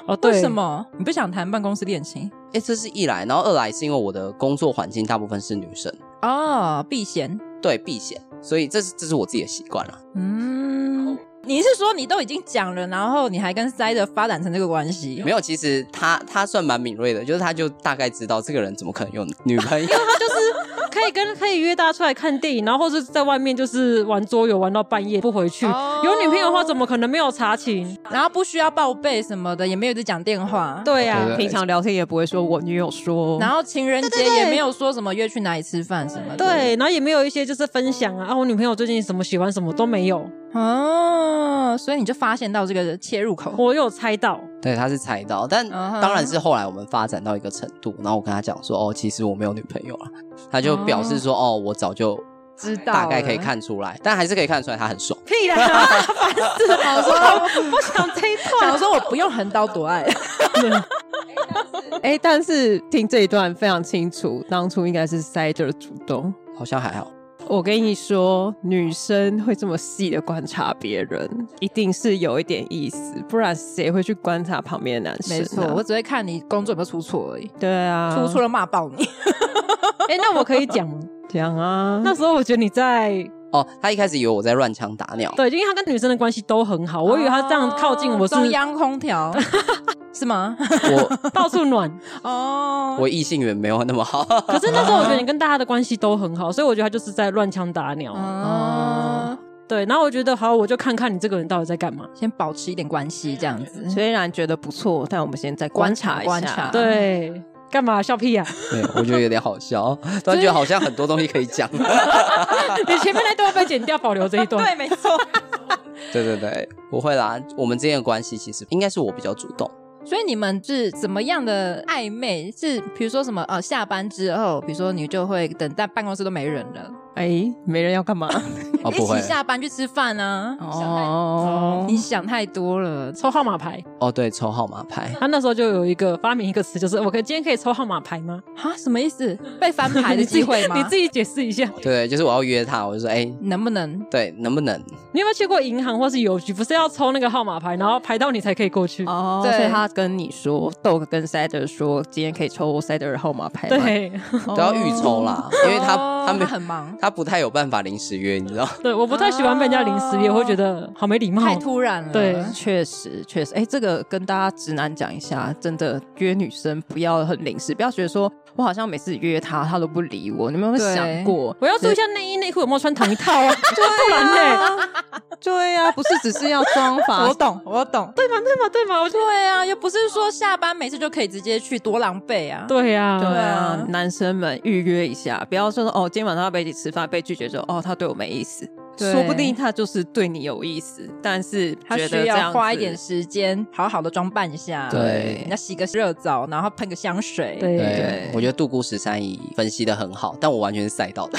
[SPEAKER 4] 哦，对，
[SPEAKER 3] 为什？么你不想谈办公室恋情？
[SPEAKER 1] 哎，这是一来，然后二来是因为我的工作环境大部分是女生，
[SPEAKER 3] 哦，避嫌。
[SPEAKER 1] 对避嫌，所以这是这是我自己的习惯了。
[SPEAKER 3] 嗯，你是说你都已经讲了，然后你还跟 Side 发展成这个关系？
[SPEAKER 1] 没有，其实他他算蛮敏锐的，就是他就大概知道这个人怎么可能有女朋友。
[SPEAKER 3] (laughs)
[SPEAKER 4] 他就是可以跟可以约大家出来看电影，然后或是在外面就是玩桌游玩到半夜不回去。
[SPEAKER 3] 哦
[SPEAKER 4] 有女朋友的话，怎么可能没有查情？
[SPEAKER 3] 然后不需要报备什么的，也没有一直讲电话。
[SPEAKER 4] 对呀、
[SPEAKER 1] 对
[SPEAKER 4] 啊，
[SPEAKER 2] 平常聊天也不会说我女友说，
[SPEAKER 3] 然后情人节也没有说什么约去哪里吃饭什么的。
[SPEAKER 4] 对，然后也没有一些就是分享啊，啊，我女朋友最近什么喜欢什么都没有，
[SPEAKER 3] 哦，所以你就发现到这个切入口。
[SPEAKER 4] 我有猜到。
[SPEAKER 1] 对，他是猜到，但
[SPEAKER 3] 嗯哼
[SPEAKER 1] 当然是后来我们发展到一个程度，然后我跟他讲说，哦，其实我没有女朋友了，他就表示说，哦，我早就
[SPEAKER 3] 知道
[SPEAKER 1] 大概
[SPEAKER 3] 了
[SPEAKER 1] 可以看出来，但还是可以看出来他很爽。
[SPEAKER 4] 屁啦，烦死了！
[SPEAKER 3] 想说
[SPEAKER 4] 我不想这一
[SPEAKER 3] (laughs) 想
[SPEAKER 4] 段。
[SPEAKER 3] 说我不用横刀夺
[SPEAKER 4] (laughs)
[SPEAKER 3] 爱，
[SPEAKER 4] 啊
[SPEAKER 2] 哎，但是听这一段非常清楚，当初应该是塞德主动。
[SPEAKER 1] 好像还好，
[SPEAKER 2] 我跟你说，女生会这么细的观察别人，一定是有一点意思，不然谁会去观察旁边的男生、啊？
[SPEAKER 3] 没错，我只会看你工作有没有出错而已，
[SPEAKER 2] 对啊，
[SPEAKER 3] 出错了骂爆你。
[SPEAKER 4] 哎、那我可以讲吗？
[SPEAKER 2] 讲啊，
[SPEAKER 4] 那时候我觉得你在
[SPEAKER 1] 哦，他一开始以为我在乱枪打鸟，
[SPEAKER 4] 对，因为他跟女生的关系都很好，我以为他这样靠近我
[SPEAKER 3] 哦
[SPEAKER 4] 是
[SPEAKER 3] 中央空
[SPEAKER 4] (laughs)
[SPEAKER 3] 调是吗？
[SPEAKER 1] 我
[SPEAKER 4] 到处暖。
[SPEAKER 3] 哦，
[SPEAKER 1] 我异性缘没有那么好，
[SPEAKER 4] 可是那时候我觉得
[SPEAKER 3] 嗯
[SPEAKER 4] 你跟大家的关系都很好，所以我觉得他就是在乱枪打鸟。
[SPEAKER 3] 嗯哦，
[SPEAKER 4] 对，然后我觉得好，我就看看你这个人到底在干嘛。
[SPEAKER 3] 先保持一点关系这样子。
[SPEAKER 2] 虽然觉得不错，但我们先再观察一下。
[SPEAKER 3] 观察观察
[SPEAKER 4] 对，干嘛笑屁呀、
[SPEAKER 1] (laughs) 对，我觉得有点好笑，啊突然觉得好像很多东西可以讲。
[SPEAKER 3] 嗯
[SPEAKER 4] 你前面那段要被剪掉，保留这
[SPEAKER 3] (laughs)
[SPEAKER 4] 一段。，
[SPEAKER 3] 没错。
[SPEAKER 1] (laughs) 对对对，不会啦，我们之间的关系其实应该是我比较主动。
[SPEAKER 3] 所以你们是怎么样的暧昧？是比如说什么呃，下班之后，比如说你就会等在办公室都没人了，
[SPEAKER 2] 哎，没人要干嘛？
[SPEAKER 1] 哦，
[SPEAKER 3] 一
[SPEAKER 1] 不
[SPEAKER 3] 起
[SPEAKER 1] 会，
[SPEAKER 3] 下班去吃饭啊。
[SPEAKER 2] 哦
[SPEAKER 3] 你想太多了，
[SPEAKER 4] 抽号码牌，
[SPEAKER 1] 哦，对，抽号码牌，
[SPEAKER 4] 他那时候就有一个发明一个词，就是我可以今天可以抽号码牌吗？
[SPEAKER 3] 哈，什么意思？被翻牌的
[SPEAKER 4] 你自己
[SPEAKER 3] 机会吗？
[SPEAKER 4] (laughs) 你自己解释一下。
[SPEAKER 1] 对，就是我要约他，我就说，哎、
[SPEAKER 3] 能不能？
[SPEAKER 1] 对，能不能？
[SPEAKER 4] 你有没有去过银行或是邮局？不是要抽那个号码牌，然后排到你才可以过去？
[SPEAKER 2] 哦，
[SPEAKER 3] 对
[SPEAKER 2] 所以他跟你说，豆哥跟 Sider 说，今天可以抽 Sider 的号码牌吗，
[SPEAKER 4] 对，
[SPEAKER 1] 都要预抽啦，因为他
[SPEAKER 3] 哦
[SPEAKER 1] 他没
[SPEAKER 3] 他很忙
[SPEAKER 1] 他不太有办法临时约，你知道？
[SPEAKER 4] 对，我不太喜欢被人家临时约，
[SPEAKER 2] 哦
[SPEAKER 4] 我会觉得好没礼貌。
[SPEAKER 3] 太突然了。
[SPEAKER 4] 哦对
[SPEAKER 2] 确实，确实，哎、这个跟大家直男讲一下，真的约女生不要很临时，不要觉得说我好像每次约她，她都不理我。你们有没有
[SPEAKER 3] 对
[SPEAKER 2] 想过？
[SPEAKER 4] 我要注意一下内衣内裤有没有穿同一套啊，不然呢？
[SPEAKER 2] 对呀、不是只是要装
[SPEAKER 3] (laughs)
[SPEAKER 2] 法啊
[SPEAKER 3] 我，懂，我懂。对
[SPEAKER 4] 对嘛对嘛对嘛，我就
[SPEAKER 3] 对啊，又不是说下班没事就可以直接去，多狼狈啊！
[SPEAKER 4] 对呀、
[SPEAKER 2] 对
[SPEAKER 3] 啊
[SPEAKER 2] 啊，男生们预约一下，不要说哦，今天晚上要不要一起吃饭，被拒绝之后，哦，他对我没意思，
[SPEAKER 3] 对
[SPEAKER 2] 说不定他就是对你有意思，但是
[SPEAKER 3] 他
[SPEAKER 2] 觉
[SPEAKER 3] 需
[SPEAKER 2] 得这样
[SPEAKER 3] 要
[SPEAKER 2] 子
[SPEAKER 3] 花一点时间，好好的装扮一下，
[SPEAKER 1] 对
[SPEAKER 3] 人家洗个热澡，然后喷个香水，
[SPEAKER 4] 对
[SPEAKER 1] 对，我觉得杜姑十三姨分析的很好，但我完全是赛到的，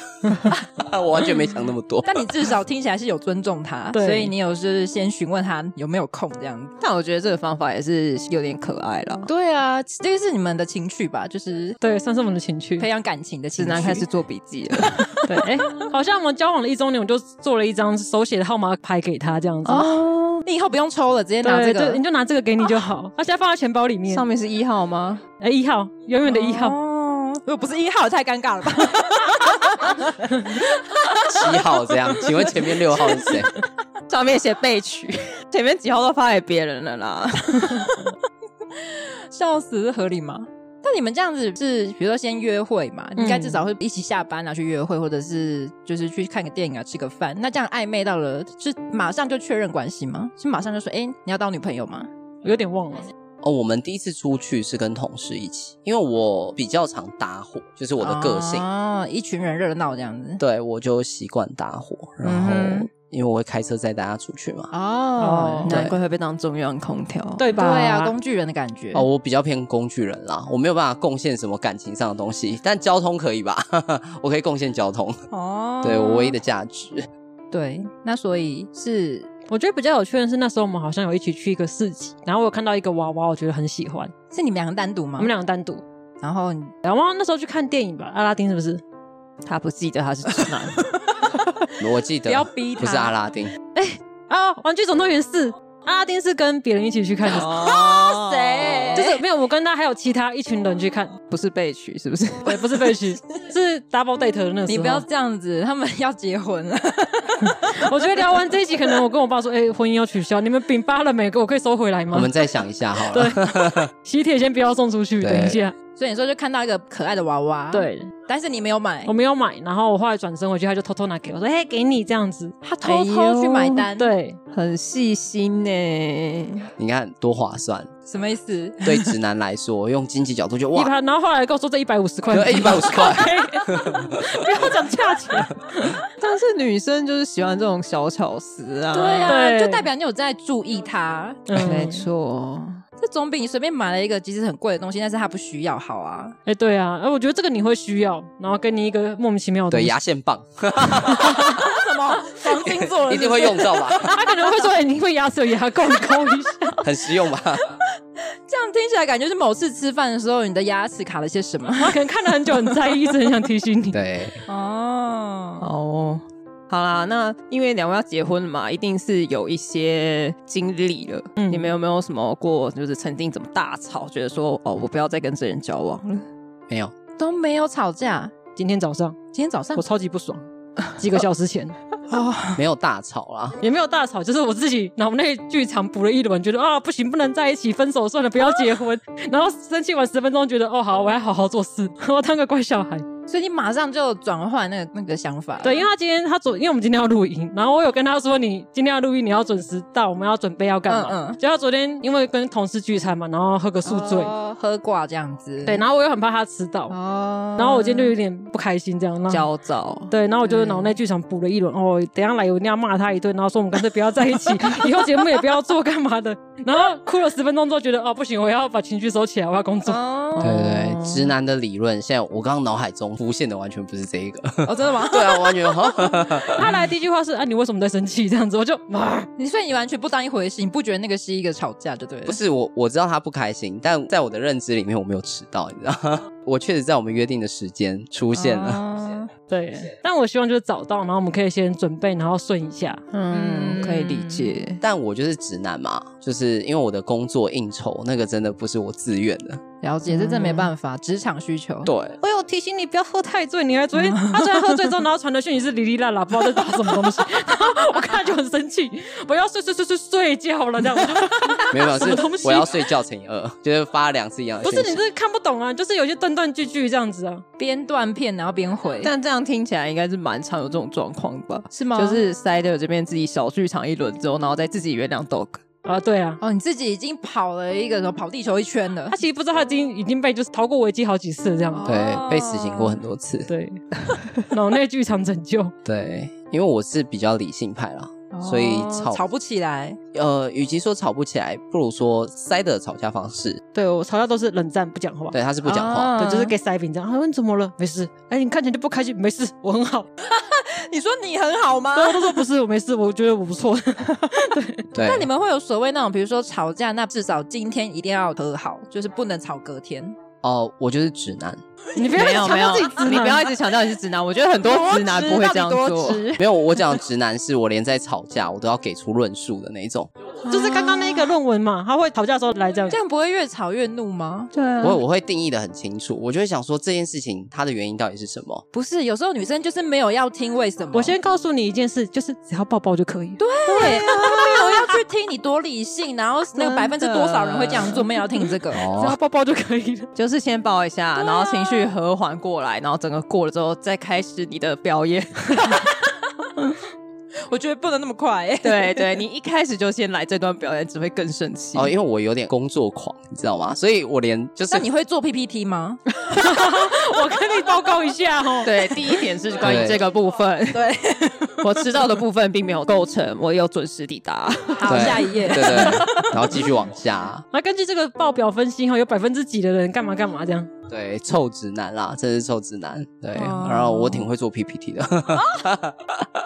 [SPEAKER 1] (laughs) 我完全没想那么多。
[SPEAKER 3] (laughs) 但你至少听起来是有尊重他，
[SPEAKER 4] 对
[SPEAKER 3] 所以你有就是先询问他有没有空这样子。
[SPEAKER 2] 但我觉得这个方法也是有点可爱了。
[SPEAKER 3] 对啊，这个是你们的情趣吧，就是
[SPEAKER 4] 对，算是我们的情趣。
[SPEAKER 3] 培养感情的情
[SPEAKER 2] 直
[SPEAKER 3] 趣。
[SPEAKER 2] 男开始做笔记 (laughs) 了，
[SPEAKER 4] 对，哎、好像我们交往了一周年，我就做了一张手写的号码牌给他，这样子。
[SPEAKER 3] 哦，你以后不用抽了，直接拿
[SPEAKER 4] 对，
[SPEAKER 3] 这
[SPEAKER 4] 就
[SPEAKER 3] 个
[SPEAKER 4] 你就拿这个给你就好，他、现在放在钱包里面。
[SPEAKER 2] 上面是一号吗？
[SPEAKER 4] 哎，一号，永远的一号。
[SPEAKER 3] 哦，如果不是一号，太尴尬了吧？
[SPEAKER 1] 七号这样，请问前面六号是谁？
[SPEAKER 2] (laughs) 上面写备取，前面几号都发给别人了啦。
[SPEAKER 3] 笑死，合理吗？但你们这样子是，比如说先约会嘛，
[SPEAKER 2] 啊 (laughs)
[SPEAKER 3] 应
[SPEAKER 2] 嗯
[SPEAKER 3] 该至少会一起下班啊去约会，或者是就是去看个电影啊吃个饭。那这样暧昧到了，是马上就确认关系吗？是马上就说，哎、你要当女朋友吗？
[SPEAKER 4] 我有点忘了，
[SPEAKER 1] 哦，我们第一次出去是跟同事一起，因为我比较常搭伙，就是我的个性，
[SPEAKER 3] 哦，一群人热闹这样子。
[SPEAKER 1] 对我就习惯搭伙，然后
[SPEAKER 3] 嗯哼
[SPEAKER 1] 因为我会开车载大家出去嘛。
[SPEAKER 2] 嗯
[SPEAKER 3] 哦，
[SPEAKER 2] 难怪会被当中央空调。
[SPEAKER 4] 对
[SPEAKER 3] 对
[SPEAKER 4] 吧？
[SPEAKER 3] 啊，工具人的感觉。
[SPEAKER 1] 哦，，我比较偏工具人啦，我没有办法贡献什么感情上的东西，但交通可以吧？ (laughs) 我可以贡献交通，
[SPEAKER 3] 哦
[SPEAKER 1] 对我唯一的价值。
[SPEAKER 3] 对。那所以是
[SPEAKER 4] 我觉得比较有趣的是，那时候我们好像有一起去一个市集，然后我有看到一个娃娃，我觉得很喜欢，
[SPEAKER 3] 是你们两个单独
[SPEAKER 4] 我
[SPEAKER 3] 吗？
[SPEAKER 4] 们两个单独。
[SPEAKER 3] 嗯然后你
[SPEAKER 4] 然后那时候去看电影吧，阿拉丁是不是？
[SPEAKER 2] 他不记得他是直男， (laughs)
[SPEAKER 1] 我记得
[SPEAKER 3] 不要逼他
[SPEAKER 1] 不是阿拉丁，
[SPEAKER 4] 啊，《玩具总动员四》，阿拉丁是跟别人一起去看的，
[SPEAKER 2] 哦，
[SPEAKER 3] 谁
[SPEAKER 4] 就是没有我跟他还有其他一群人去看，
[SPEAKER 2] 不是备取是不 (laughs) 是？
[SPEAKER 4] 对，不是
[SPEAKER 3] (laughs)
[SPEAKER 4] 被取，是 double date 的那个时候。
[SPEAKER 3] 你不要，这样子，他们要结婚了。 (laughs)
[SPEAKER 4] 我觉得聊完这一集，可能我跟我爸说，哎，婚姻要取消，你们饼扒了没？我可以收回来
[SPEAKER 1] 我
[SPEAKER 4] 吗
[SPEAKER 1] 们？再想一下好了。
[SPEAKER 4] 对，喜帖先不要送出去，
[SPEAKER 1] 对
[SPEAKER 4] 等一下。
[SPEAKER 3] 所以你说就看到一个可爱的娃娃，，
[SPEAKER 4] 对，
[SPEAKER 3] 但是你没有买
[SPEAKER 4] 我，没有买，然后我后来转身回去，他就偷偷拿给我，说，哎，给你这样子。
[SPEAKER 3] 他偷偷去买单，，
[SPEAKER 4] 对，
[SPEAKER 2] 很细心呢。
[SPEAKER 1] (laughs) 你看多划算，
[SPEAKER 3] 什么意思？
[SPEAKER 1] 对直男来说，用经济角度就
[SPEAKER 4] 一
[SPEAKER 1] 哇，哎
[SPEAKER 4] 盘，然后后来跟我说这一百五十块，
[SPEAKER 1] 一百五十块，
[SPEAKER 4] 不要讲价钱。
[SPEAKER 2] 但是女生就是喜欢这种小巧思啊。
[SPEAKER 3] 对啊，
[SPEAKER 4] 对
[SPEAKER 3] 就代表你有在注意他，
[SPEAKER 4] 嗯
[SPEAKER 2] 没错。
[SPEAKER 3] 这总比你随便买了一个其实很贵的东西，但是他不需要好啊。
[SPEAKER 4] 哎、对啊，哎、我觉得这个你会需要，然后给你一个莫名其妙的东
[SPEAKER 1] 对
[SPEAKER 4] 西，
[SPEAKER 1] 牙线棒
[SPEAKER 3] (laughs) 什么黄金做了
[SPEAKER 1] 一定会用到吧，
[SPEAKER 4] 他可能会说，哎、你会牙齿有牙垢，你抠一下。？
[SPEAKER 1] (laughs) 很实用吧？
[SPEAKER 3] 这样听起来感觉是某次吃饭的时候，你的牙齿卡了些什么 (laughs)
[SPEAKER 4] 他可能看了很久，很在意，一直很想提醒你。
[SPEAKER 1] 对，
[SPEAKER 3] 哦，
[SPEAKER 2] 哦，好啦，那因为两位要结婚了嘛，一定是有一些经历了。
[SPEAKER 4] 嗯
[SPEAKER 2] 你们有没有什么过，就是曾经怎么大吵，觉得说哦，我不要再跟这人交往
[SPEAKER 3] 嗯
[SPEAKER 2] 了？
[SPEAKER 1] 没有，
[SPEAKER 3] 都没有吵架，
[SPEAKER 4] 今天早上
[SPEAKER 3] 今天早上
[SPEAKER 4] 我超级不
[SPEAKER 1] (laughs)
[SPEAKER 4] 爽，几个小时前
[SPEAKER 3] 哦，
[SPEAKER 1] 没有大吵啦。
[SPEAKER 4] 也没有大吵，就是我自己脑内剧场补了一轮，觉得啊不行，不能在一起，分手算了，不要结婚。然后生气完十分钟，觉得哦好，我要好好做事，我要当个乖小孩。
[SPEAKER 3] 所以你马上就转换那个那个想法，
[SPEAKER 4] 对，因为他今天他昨，因为我们今天要录音，然后我有跟他说，你今天要录音，你要准时到，我们要准备要干嘛？
[SPEAKER 3] 嗯嗯
[SPEAKER 4] 结果他昨天因为跟同事聚餐嘛，然后喝个宿醉，
[SPEAKER 3] 哦喝挂这样子，
[SPEAKER 4] 对，然后我又很怕他迟到，
[SPEAKER 3] 哦，
[SPEAKER 4] 然后我今天就有点不开心这样，然后
[SPEAKER 2] 焦躁。
[SPEAKER 4] 对，然后我就
[SPEAKER 3] 嗯
[SPEAKER 4] 脑内剧场补了一轮，哦，等一下来我一定要骂他一顿，然后说我们干脆不要在一起， (laughs) 以后节目也不要做干嘛的，然后哭了十分钟之后觉得哦不行，我要把情绪收起来，我要工作。
[SPEAKER 3] 哦
[SPEAKER 1] 对对对，直男的理论，现在我刚刚脑海中浮现的完全不是这一个。 (laughs)
[SPEAKER 3] 哦，真的吗？ (laughs)
[SPEAKER 1] 对啊，完全哈，
[SPEAKER 4] (laughs) 他来的第一句话是啊你为什么在生气这样子，我就啊
[SPEAKER 3] 你所以你完全不当一回事，你不觉得那个是一个吵架就对了？
[SPEAKER 1] (laughs) 不，是我，我知道他不开心，但在我的认知里面，我没有迟到，你知道吗？ (laughs) 我确实在我们约定的时间出现 (laughs) 了。
[SPEAKER 3] 了。
[SPEAKER 4] 对，但我希望就是找到，然后我们可以先准备，然后顺一下。
[SPEAKER 2] 嗯，可以理解。
[SPEAKER 1] 但我就是直男嘛，就是因为我的工作应酬那个真的不是我自愿的，
[SPEAKER 3] 了解，这真
[SPEAKER 2] 嗯
[SPEAKER 3] 没办法，职场需求。
[SPEAKER 1] 对，
[SPEAKER 4] 我有提醒你不要喝太醉，你还昨天他昨天喝醉之后，然后传的讯息是哩哩啦啦，不知道在打什么东西，然后我看了就很生气，我要睡睡睡睡睡觉了，这样我就
[SPEAKER 1] 没 (laughs) 有没有
[SPEAKER 4] 什么东
[SPEAKER 1] 是
[SPEAKER 4] 西
[SPEAKER 1] 我要睡觉乘以二，就是发两次一样的
[SPEAKER 4] 不
[SPEAKER 1] 讯息。
[SPEAKER 4] 是你这看不懂啊，就是有些断断句句这样子啊，
[SPEAKER 3] 边断片然后边回，
[SPEAKER 2] 但这样听起来应该是蛮常有这种状况吧？
[SPEAKER 3] 是吗？
[SPEAKER 2] 就是塞德这边自己小剧场一轮之后，然后再自己原谅 Dog。
[SPEAKER 4] 啊对啊，
[SPEAKER 3] 哦，你自己已经跑了一个什么跑地球一圈了
[SPEAKER 4] 他。其实不知道他已经已经被就是逃过危机好几次这样，
[SPEAKER 3] 哦
[SPEAKER 1] 对被死刑过很多次。
[SPEAKER 4] 对，脑内剧场拯救，
[SPEAKER 1] 对，因为我是比较理性派啦，所以
[SPEAKER 3] 哦
[SPEAKER 1] 吵
[SPEAKER 3] 吵不起来，
[SPEAKER 1] 呃，与其说吵不起来，不如说塞的吵架方式。
[SPEAKER 4] 对我吵架都是冷战不讲话，
[SPEAKER 1] 对，他是不讲话。
[SPEAKER 3] 啊
[SPEAKER 4] 对，就是给塞饼这样，啊你怎么了？没事，哎你看起来就不开心，没事，我很好，
[SPEAKER 3] 你说你很好吗
[SPEAKER 4] 然后他说不是我没事，我觉得我不错，
[SPEAKER 1] 对，
[SPEAKER 3] 那你们会有所谓那种，比如说吵架，那至少今天一定要和好，就是不能吵隔天。
[SPEAKER 1] 哦、我就是直男，
[SPEAKER 4] 你不要
[SPEAKER 2] 没有
[SPEAKER 4] 强
[SPEAKER 2] 没
[SPEAKER 4] 调
[SPEAKER 2] 有
[SPEAKER 4] 自己直，男，
[SPEAKER 2] 你不要一直强调你是直男，我觉得很多直男不会这样做。
[SPEAKER 1] 没有我讲的直男是我连在吵架我都要给出论述的那一种。
[SPEAKER 4] (laughs) 就是刚刚那个论文嘛，他会吵架的时候来这样
[SPEAKER 3] 这。样不会越吵越怒吗？
[SPEAKER 2] 对啊
[SPEAKER 1] 我我会定义的很清楚，我就会想说这件事情它的原因到底是什么。
[SPEAKER 3] 不是，有时候女生就是没有要听为什么。
[SPEAKER 4] 我先告诉你一件事，就是只要抱抱就可以。对，啊
[SPEAKER 3] 对，啊没有要去听你多理性，然后那
[SPEAKER 2] 真
[SPEAKER 3] 个
[SPEAKER 2] 的
[SPEAKER 3] 百分之多少人会这样做，没有要听这个。
[SPEAKER 4] 只要
[SPEAKER 1] 哦，
[SPEAKER 4] 抱抱就可以了。 (laughs)
[SPEAKER 2] 就是先抱一下，然后情绪和缓过来，然后整个过了之后再开始你的表演。
[SPEAKER 3] 我觉得不能那么快、欸。
[SPEAKER 2] (laughs) 对 (laughs) 对，你一开始就先来这段表演，只会更生气。
[SPEAKER 1] 哦，因为我有点工作狂，你知道吗？所以我连就是
[SPEAKER 3] (laughs) 那你会做 PPT 吗？
[SPEAKER 4] 我跟你报告一下哦，
[SPEAKER 2] 对，第一点是关于这个部分， (laughs)
[SPEAKER 3] 对，
[SPEAKER 2] 我迟到的部分并没有构成，我有准时抵达。
[SPEAKER 3] 好，
[SPEAKER 1] 对
[SPEAKER 3] 下一页
[SPEAKER 1] 对。对，然后继续往下，
[SPEAKER 4] 那根据这个报表分析哈，哦有百分之几的人干嘛干嘛这样。
[SPEAKER 1] 对，臭直男啦，真是臭直男。对，
[SPEAKER 3] 哦
[SPEAKER 1] 然后我挺会做 PPT 的。
[SPEAKER 2] (laughs)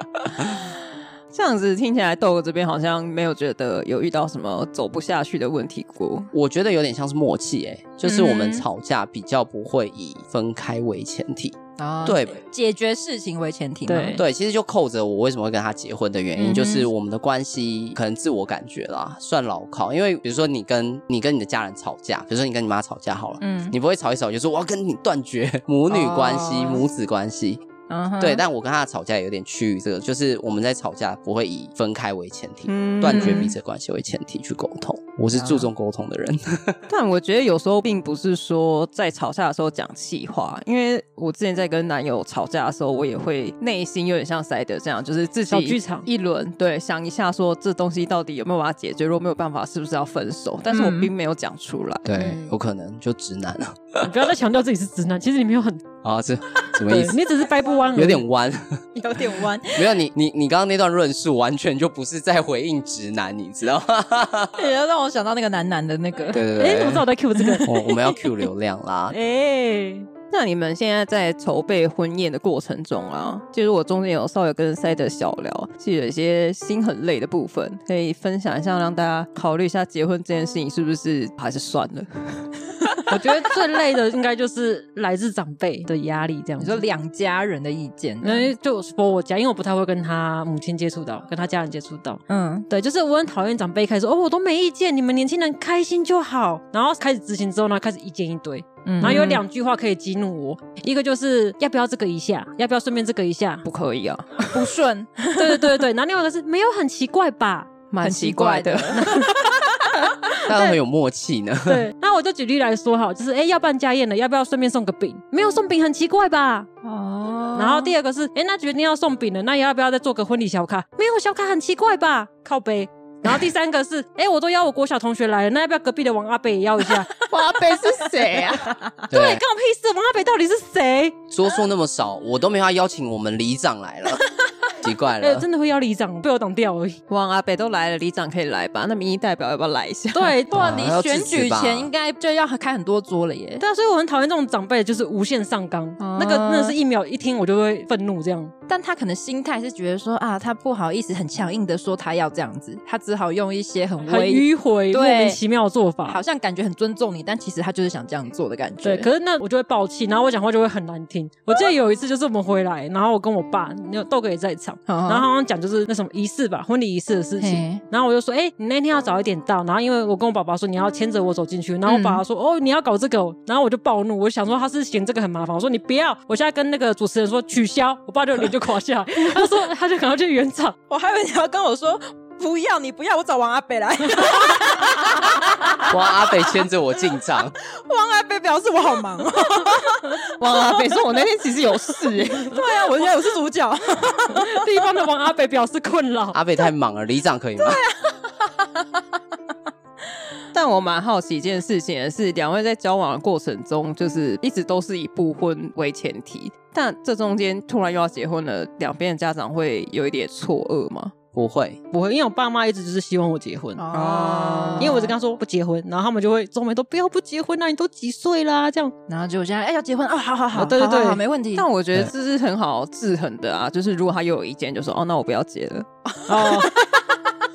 [SPEAKER 2] 这样子听起来，豆哥这边好像没有觉得有遇到什么走不下去的问题过。
[SPEAKER 1] 我觉得有点像是默契、欸，就是我们
[SPEAKER 3] 嗯哼
[SPEAKER 1] 吵架比较不会以分开为前提。
[SPEAKER 3] 啊
[SPEAKER 1] 对
[SPEAKER 3] 解决事情为前提嘛。
[SPEAKER 4] 对
[SPEAKER 1] 对，其实就扣着我为什么会跟他结婚的原因，
[SPEAKER 3] 嗯哼
[SPEAKER 1] 就是我们的关系可能自我感觉啦，算牢靠。因为比如说你跟你跟你的家人吵架，比如说你跟你妈吵架好了。
[SPEAKER 3] 嗯
[SPEAKER 1] 你不会吵一吵就说我要跟你断绝母女关系、
[SPEAKER 3] 哦
[SPEAKER 1] 母子关系，
[SPEAKER 3] 嗯哼
[SPEAKER 1] 对。但我跟他的吵架有点趋于这个，就是我们在吵架不会以分开为前提，
[SPEAKER 2] 嗯
[SPEAKER 1] 断绝彼此的关系为前提去沟通。我是注重沟通的人，
[SPEAKER 2] (laughs) 但我觉得有时候并不是说在吵架的时候讲气话，因为我之前在跟男友吵架的时候，我也会内心有点像塞德这样，就是自己
[SPEAKER 4] 小剧场
[SPEAKER 2] 一轮，对，想一下说这东西到底有没有把它解决，如果没有办法，是不是要分手？但是我
[SPEAKER 3] 嗯
[SPEAKER 2] 并没有讲出来。
[SPEAKER 1] 对，
[SPEAKER 4] 嗯
[SPEAKER 1] 有可能就直男啊 (laughs) 了
[SPEAKER 4] 你不要再强调自己是直男，其实你没有很，
[SPEAKER 1] 啊，这什么意
[SPEAKER 4] 对
[SPEAKER 1] 思？
[SPEAKER 4] 你只是掰不弯而已，
[SPEAKER 1] 有点弯， (laughs)
[SPEAKER 3] 有点弯。
[SPEAKER 1] 没有你你你刚刚那段论述完全就不是在回应直男，你知道吗？ (laughs)
[SPEAKER 3] 也要让我想到那个男男的那个，
[SPEAKER 1] 对对
[SPEAKER 4] 哎，你怎么知道我
[SPEAKER 1] 对，
[SPEAKER 4] 在 Q 这 (laughs) 个？
[SPEAKER 1] 我我们要 Q 流量啦，
[SPEAKER 4] 哎，
[SPEAKER 2] 那你们现在在筹备婚宴的过程中啊，其实我中间有稍微跟塞德小聊，其实有一些心很累的部分，可以分享一下，让大家考虑一下结婚这件事情是不是还是算了。，
[SPEAKER 4] 我觉得最累的应该就是来自长辈的压力这样
[SPEAKER 3] 你说
[SPEAKER 4] 子。
[SPEAKER 3] 两家人的意见，
[SPEAKER 4] 因为就说我家，因为我不太会跟他母亲接触到，跟他家人接触到。
[SPEAKER 3] 嗯，
[SPEAKER 4] 对，就是我很讨厌长辈开始说哦，我都没意见，你们年轻人开心就好。然后开始执行之后呢，开始意见一堆，
[SPEAKER 3] 然
[SPEAKER 4] 然后有两句话可以激怒我，一个就是要不要这个一下，要不要顺便这个一下 (laughs)
[SPEAKER 2] 不可以啊，
[SPEAKER 3] 不顺，
[SPEAKER 4] 对对对对。然后另外一个是没有很奇怪吧？
[SPEAKER 2] 蛮
[SPEAKER 3] 很
[SPEAKER 2] 奇
[SPEAKER 3] 奇
[SPEAKER 2] 怪
[SPEAKER 3] 怪
[SPEAKER 2] 的
[SPEAKER 3] 的。
[SPEAKER 2] (laughs)
[SPEAKER 1] 大家很有默契呢。
[SPEAKER 4] (laughs) 对，那我就举例来说哈，就是哎要办家宴了，要不要顺便送个饼？没有送饼很奇怪吧？
[SPEAKER 3] 哦
[SPEAKER 4] 然后第二个是哎那决定要送饼了，那要不要再做个婚礼小卡？没有小卡很奇怪吧？靠背。然后第三个是哎我都邀我国小同学来了，那要不要隔壁的王阿贝也邀一下？
[SPEAKER 2] 华北是谁啊？
[SPEAKER 1] 对
[SPEAKER 4] 干，我屁事！王阿北到底是谁？
[SPEAKER 1] 说数那么少，我都没法邀请我们里长来
[SPEAKER 4] (laughs)
[SPEAKER 1] 了，奇怪
[SPEAKER 4] 哎、
[SPEAKER 1] 了。
[SPEAKER 4] 真的会邀里长，被我挡掉
[SPEAKER 2] (laughs)
[SPEAKER 4] 而已。
[SPEAKER 2] (laughs) 王阿北都来了，里长可以来吧？那民意代表要不要来一下？
[SPEAKER 4] 对， (laughs)
[SPEAKER 3] 不然你
[SPEAKER 1] 啊要
[SPEAKER 3] 选
[SPEAKER 1] 支持
[SPEAKER 3] 举
[SPEAKER 1] 吧
[SPEAKER 3] 前应该就要开很多桌了耶。
[SPEAKER 4] 对啊，所以我很讨厌这种长辈，就是无限上纲，那个真的是一秒一听我就会愤怒这样。
[SPEAKER 3] 但他可能心态是觉得说啊，他不好意思很强硬的说他要这样子，他只好用一些很
[SPEAKER 4] 很
[SPEAKER 3] 微
[SPEAKER 4] 迂回、
[SPEAKER 3] 对
[SPEAKER 4] 莫名其妙的做法
[SPEAKER 3] 好。像感觉很尊重你，但其实他就是想这样做的感觉。
[SPEAKER 4] 对，可是那我就会爆气，然后我讲话就会很难听。我记得有一次就是我们回来，然后我跟我爸，那豆哥也在场，
[SPEAKER 3] 嗯，
[SPEAKER 4] 然后好像讲就是那什么仪式吧，婚礼仪式的事情
[SPEAKER 3] 嘿。
[SPEAKER 4] 然后我就说，哎、你那天要早一点到。然后因为我跟我爸爸说你要牵着我走进去，然后我
[SPEAKER 3] 嗯
[SPEAKER 4] 爸爸说，哦，你要搞这个哦，然后我就暴怒，我想说他是嫌这个很麻烦，我说你不要，我现在跟那个主持人说取消，我爸就脸就垮下
[SPEAKER 3] (laughs)
[SPEAKER 4] 来，他说他就赶快去圆场，
[SPEAKER 3] 我还以为你要跟我说不要，你不要，我找王阿北来。
[SPEAKER 1] 哇，阿北牵着我进场，
[SPEAKER 3] 王阿北表示我好忙、哦
[SPEAKER 2] 哇，北宋，我那天其实有事、欸，
[SPEAKER 3] 对啊，我觉得我是主角。
[SPEAKER 4] (laughs) 地方的王阿北表示困扰。
[SPEAKER 1] 阿北太忙了，里长可以吗？
[SPEAKER 2] (laughs)
[SPEAKER 4] 啊
[SPEAKER 2] 但我蛮好奇一件事情的是，两位在交往的过程中，就是一直都是以不婚为前提，但这中间突然又要结婚了，两边的家长会有一点错愕吗？
[SPEAKER 1] 不会，
[SPEAKER 4] 不会，因为我爸妈一直就是希望我结婚，
[SPEAKER 3] 哦，
[SPEAKER 4] 因为我一直跟他说不结婚，然后他们就会中美都不要不结婚啊，你都几岁啦？这样
[SPEAKER 3] (laughs) 然后结果现在哎要结婚哦，好好好，
[SPEAKER 4] 哦对对对
[SPEAKER 3] 好好好没问题。
[SPEAKER 2] 但我觉得这是很好制衡的啊，就是如果他又有意见，就说哦，那我不要结了。
[SPEAKER 4] 哦，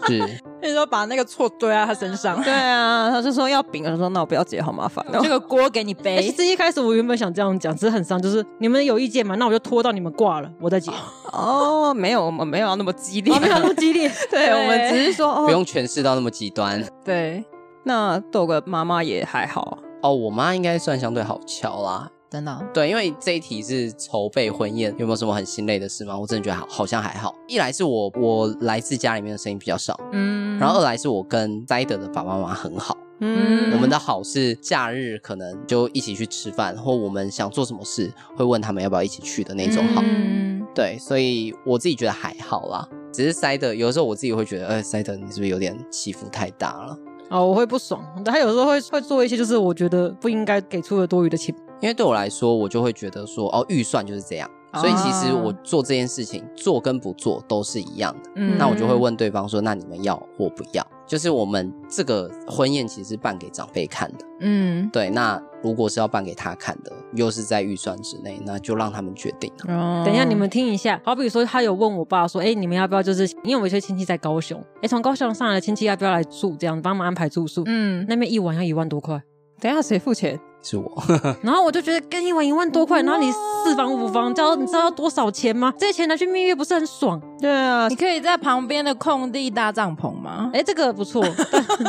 [SPEAKER 1] 是
[SPEAKER 3] 那时候把那个错堆到他身上，
[SPEAKER 2] 对啊，他就说要饼，我就说那我不要结，好麻烦、哦。
[SPEAKER 3] (laughs) 这个锅给你
[SPEAKER 1] 哎
[SPEAKER 4] 欸、
[SPEAKER 3] 背
[SPEAKER 4] 其。实一开始我原本想这样讲，只是很伤，就是你们有意见嘛，那我就拖到你们挂了，我再讲。
[SPEAKER 2] 哦，没有，我们没有要那么激烈，
[SPEAKER 4] 哦没有那么激烈，
[SPEAKER 2] (laughs) 对我们只是说
[SPEAKER 1] 不
[SPEAKER 2] 哦，
[SPEAKER 1] 用诠释到那么极端。
[SPEAKER 2] 对。那豆哥妈妈也还好，
[SPEAKER 1] 哦，我妈应该算相对好巧啦。
[SPEAKER 3] 真的哦，
[SPEAKER 1] 对，因为这一题是筹备婚宴，有没有什么很心累的事吗？我真的觉得好，好像还好。一来是我我来自家里面的声音比较少，
[SPEAKER 3] 嗯
[SPEAKER 1] 然后二来是我跟 z 德的爸爸妈妈很好，
[SPEAKER 2] 嗯，
[SPEAKER 1] 我们的好是假日可能就一起去吃饭，或我们想做什么事会问他们要不要一起去的那种好。
[SPEAKER 3] 嗯
[SPEAKER 1] 对，所以我自己觉得还好啦。只是塞德，有的时候我自己会觉得，哎、塞德，你是不是有点起伏太大了？
[SPEAKER 4] 哦，我会不爽，他有时候会会做一些就是我觉得不应该给出的多余的情。
[SPEAKER 1] 因为对我来说，我就会觉得说，哦，预算就是这样，所以其实
[SPEAKER 3] 啊
[SPEAKER 1] 我做这件事情，做跟不做都是一样的。
[SPEAKER 3] 嗯
[SPEAKER 1] 那我就会问对方说，那你们要或不要？就是我们这个婚宴其实是办给长辈看的，
[SPEAKER 3] 嗯
[SPEAKER 1] 对。那如果是要办给他看的，又是在预算之内，那就让他们决定了。啊
[SPEAKER 2] 哦
[SPEAKER 4] 等一下，你们听一下，好比说他有问我爸说，哎、你们要不要就是因为我有些亲戚在高雄，哎、从高雄上来的亲戚要不要来住，这样帮忙安排住宿？
[SPEAKER 3] 嗯，
[SPEAKER 4] 那边一晚要一万多块，
[SPEAKER 2] 等一下谁付钱？
[SPEAKER 1] 是我， (laughs)
[SPEAKER 4] 然后我就觉得跟一晚一万多
[SPEAKER 1] 嗯
[SPEAKER 4] 块，然后你四房五房，知道你知道要多少钱吗？这些钱拿去蜜月不是很爽？
[SPEAKER 2] 对啊
[SPEAKER 3] 你，可以在旁边的空地搭帐篷吗？
[SPEAKER 4] 哎、这个不错，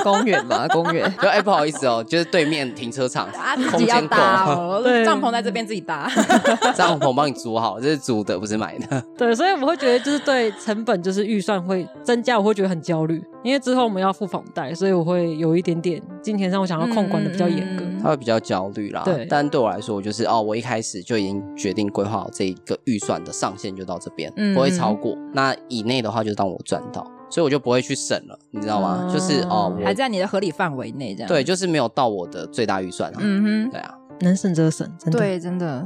[SPEAKER 2] 公园 (laughs) 吧，公园。
[SPEAKER 1] 就哎、不好意思哦，就是对面停车场
[SPEAKER 3] 啊，自
[SPEAKER 1] 空
[SPEAKER 3] 己要
[SPEAKER 1] 间够，
[SPEAKER 3] 搭哦
[SPEAKER 4] 对，
[SPEAKER 3] 帐篷在这边自己搭。
[SPEAKER 1] (laughs) 帐篷帮你租好，这是租的，不是买的。 (laughs)
[SPEAKER 4] 对，所以我会觉得就是对成本就是预算会增加，我会觉得很焦虑，因为之后我们要付房贷，所以我会有一点点金钱上我想要控管的比较严
[SPEAKER 3] 嗯
[SPEAKER 4] 格。
[SPEAKER 3] 嗯嗯
[SPEAKER 1] 他会比较焦虑啦。
[SPEAKER 4] 对
[SPEAKER 1] 但对我来说，我就是哦，我一开始就已经决定规划好这一个预算的上限就到这边，
[SPEAKER 3] 嗯
[SPEAKER 1] 不会超过。那以内的话，就当我赚到，所以我就不会去省了，你知道吗？
[SPEAKER 4] 哦
[SPEAKER 1] 就是哦，
[SPEAKER 3] 还
[SPEAKER 1] 我
[SPEAKER 3] 在你的合理范围内，这样
[SPEAKER 1] 对，，就是没有到我的最大预算啊。
[SPEAKER 3] 嗯哼，
[SPEAKER 1] 对啊，
[SPEAKER 4] 能省则省，真的。，
[SPEAKER 3] 对，真的，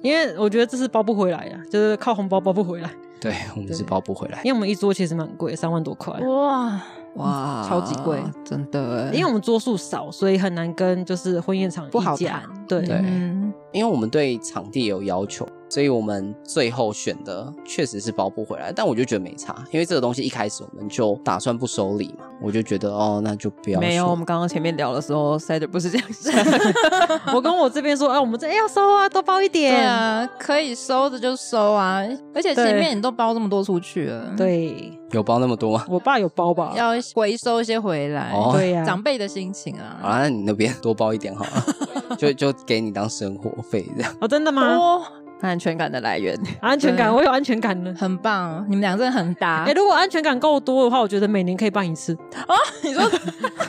[SPEAKER 4] 因为我觉得这是包不回来的，就是靠红包包不回来，
[SPEAKER 1] 对我们是包不回来。
[SPEAKER 4] 因为我们一桌其实蛮贵，三万多块。
[SPEAKER 3] 哇
[SPEAKER 2] 哇
[SPEAKER 3] 超级贵，
[SPEAKER 2] 真的欸。
[SPEAKER 4] 因为我们桌数少，所以很难跟就是婚宴场
[SPEAKER 3] 不好
[SPEAKER 4] 议价
[SPEAKER 3] 谈
[SPEAKER 4] 对，
[SPEAKER 1] 对
[SPEAKER 3] 嗯
[SPEAKER 1] 因为我们对场地有要求，所以我们最后选的确实是包不回来。但我就觉得没差，因为这个东西一开始我们就打算不收礼嘛，我就觉得哦，那就不要
[SPEAKER 2] 没有，
[SPEAKER 1] 说
[SPEAKER 2] 我们刚刚前面聊的时候，Cider 不是这样想。
[SPEAKER 4] 我跟我这边说，哎、我们这、哎要收啊，多包一
[SPEAKER 3] 对
[SPEAKER 4] 点。
[SPEAKER 3] 啊，可以收的就收啊，而且前面你都包这么多出去了，，
[SPEAKER 4] 对，
[SPEAKER 1] 有包那么多吗？
[SPEAKER 4] 我爸有包吧？
[SPEAKER 3] 要回收一些回来，
[SPEAKER 1] 哦
[SPEAKER 4] 对啊呀、
[SPEAKER 3] 长辈的心情
[SPEAKER 1] 好
[SPEAKER 3] 啊，
[SPEAKER 1] 啦，那你那边多包一点好了， (laughs) 就就给你当生活费这样。
[SPEAKER 4] 哦，真的吗？
[SPEAKER 3] 哦，
[SPEAKER 2] (laughs) 安全感的来源，
[SPEAKER 4] 安全感，
[SPEAKER 3] 对
[SPEAKER 4] 我有安全感了。
[SPEAKER 3] 很棒，你们俩真的很搭
[SPEAKER 4] 哎、，如果安全感够多的话，我觉得每年可以办一次。啊，你
[SPEAKER 3] 哦说
[SPEAKER 4] (laughs)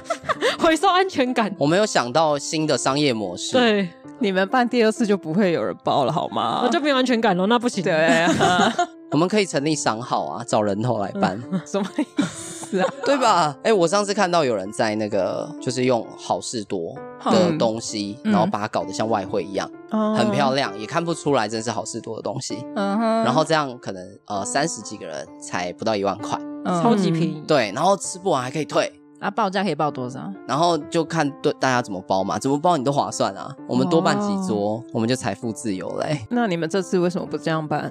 [SPEAKER 4] 回收安
[SPEAKER 1] (laughs)
[SPEAKER 4] 全感？
[SPEAKER 1] 我没有想到新的商业模式，，
[SPEAKER 4] 对，哦
[SPEAKER 2] 你们办第二次就不会有人包了，好吗？
[SPEAKER 4] 我就没有安全感了，那不行。
[SPEAKER 2] 对， (laughs) 啊，
[SPEAKER 1] 我们可以成立商号啊，找人头来办，
[SPEAKER 2] 什么意思啊？
[SPEAKER 1] 对吧？哎、我上次看到有人在那个，就是用好事多的
[SPEAKER 2] 嗯
[SPEAKER 1] 东西，然后把它搞得像外汇一样，
[SPEAKER 2] 哦
[SPEAKER 3] 哦
[SPEAKER 1] 很漂亮，也看不出来真是好事多的东西。
[SPEAKER 3] 嗯哼，
[SPEAKER 1] 然后这样可能呃三十几个人才不到一万块，
[SPEAKER 3] 嗯
[SPEAKER 4] 超级便宜。
[SPEAKER 1] 嗯对，然后吃不完还可以退，
[SPEAKER 3] 啊，报价可以报多少？
[SPEAKER 4] 嗯
[SPEAKER 1] 然后就看对大家怎么包嘛，怎么包你都划算啊。我们多办几
[SPEAKER 3] 哦
[SPEAKER 1] 桌，我们就财富自由嘞、
[SPEAKER 2] 那你们这次为什么不这样 (laughs) 办？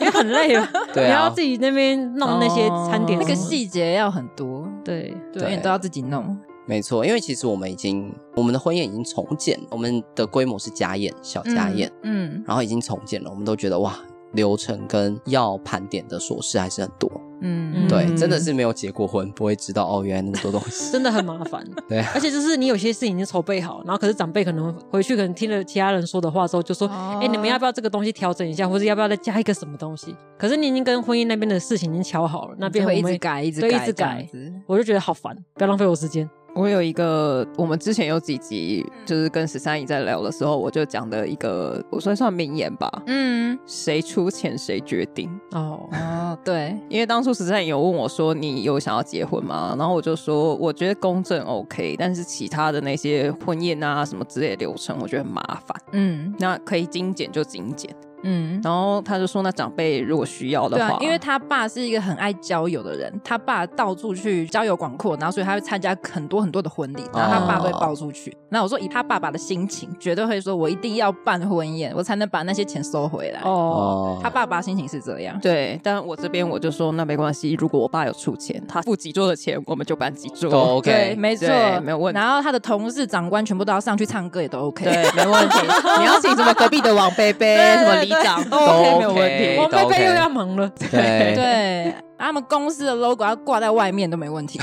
[SPEAKER 4] 因为很累啊，
[SPEAKER 1] 对啊
[SPEAKER 4] 你要自己那边弄那些餐点
[SPEAKER 3] 哦那
[SPEAKER 4] 什么的，
[SPEAKER 3] 个细节要很多，
[SPEAKER 4] 对
[SPEAKER 3] 对，因为你都要自己弄。
[SPEAKER 1] 没错，因为其实我们已经我们的婚宴已经重建，我们的规模是家宴、小家宴，
[SPEAKER 3] 嗯
[SPEAKER 1] 然后已经重建了，我们都觉得哇，流程跟要盘点的琐事还是很多。
[SPEAKER 3] 嗯，
[SPEAKER 1] 对，
[SPEAKER 4] 嗯
[SPEAKER 1] 真的是没有结过婚，不会知道哦，原来那么多东
[SPEAKER 2] (laughs)
[SPEAKER 1] 西。
[SPEAKER 4] 真的很麻烦。
[SPEAKER 1] (laughs) 对啊
[SPEAKER 4] 而且就是你有些事情已经筹备好，然后可是长辈可能回去可能听了其他人说的话之后，就说：“哎、
[SPEAKER 3] 哦
[SPEAKER 4] 你们要不要这个东西调整一下，或者要不要再加一个什么东西？”可是你已经跟婚姻那边的事情已经瞧好了，那
[SPEAKER 3] 就
[SPEAKER 4] 边
[SPEAKER 3] 会一
[SPEAKER 4] 我们
[SPEAKER 3] 直改，一直
[SPEAKER 4] 对
[SPEAKER 3] 改，
[SPEAKER 4] 一直
[SPEAKER 3] 这样
[SPEAKER 4] 改
[SPEAKER 3] 子
[SPEAKER 4] 我就觉得好烦，不要浪费我时间。
[SPEAKER 2] 我有一个，我们之前有几集
[SPEAKER 3] 嗯
[SPEAKER 2] 就是跟十三姨在聊的时候，我就讲的一个，我算算名言吧，
[SPEAKER 3] 嗯，
[SPEAKER 2] 谁出钱谁决定。
[SPEAKER 4] 哦，
[SPEAKER 3] 哦，对，
[SPEAKER 2] 因为当初十三姨有问我说你有想要结婚吗？然后我就说我觉得公证 OK，但是其他的那些婚宴啊什么之类的流程，我觉得很麻烦。
[SPEAKER 3] 嗯
[SPEAKER 2] 那可以精简就精简。
[SPEAKER 3] 嗯，
[SPEAKER 2] 然后他就说，那长辈如果需要的
[SPEAKER 3] 对
[SPEAKER 2] 话，
[SPEAKER 3] 啊，因为他爸是一个很爱交友的人，他爸到处去交友广阔，然后所以他会参加很多很多的婚礼，然后他爸被抱出去。那我说以他爸爸的心情，绝对会说我一定要办婚宴，我才能把那些钱收回来。哦，
[SPEAKER 4] 哦，
[SPEAKER 1] 哦，
[SPEAKER 3] 他爸爸心情是这样。
[SPEAKER 2] 对，但我这边我就说那没关系，如果我爸有出钱，他付几桌的钱，我们就办几
[SPEAKER 1] 都
[SPEAKER 2] 桌。
[SPEAKER 3] 对，
[SPEAKER 1] OK，
[SPEAKER 3] 没错
[SPEAKER 2] 对，没有问题
[SPEAKER 3] 然后他的同事、长官全部都要上去唱歌，也都 OK。
[SPEAKER 2] 对，没问题。你要请什么隔壁的王贝
[SPEAKER 4] (laughs)
[SPEAKER 2] 贝，
[SPEAKER 3] 对
[SPEAKER 2] 什么里长都
[SPEAKER 1] 都
[SPEAKER 2] OK，没有问题。
[SPEAKER 4] 我
[SPEAKER 1] 都
[SPEAKER 4] 贝
[SPEAKER 1] OK
[SPEAKER 4] 贝又要忙了，
[SPEAKER 1] 对
[SPEAKER 3] 对，他们公司的 logo 要挂在外面都没问题。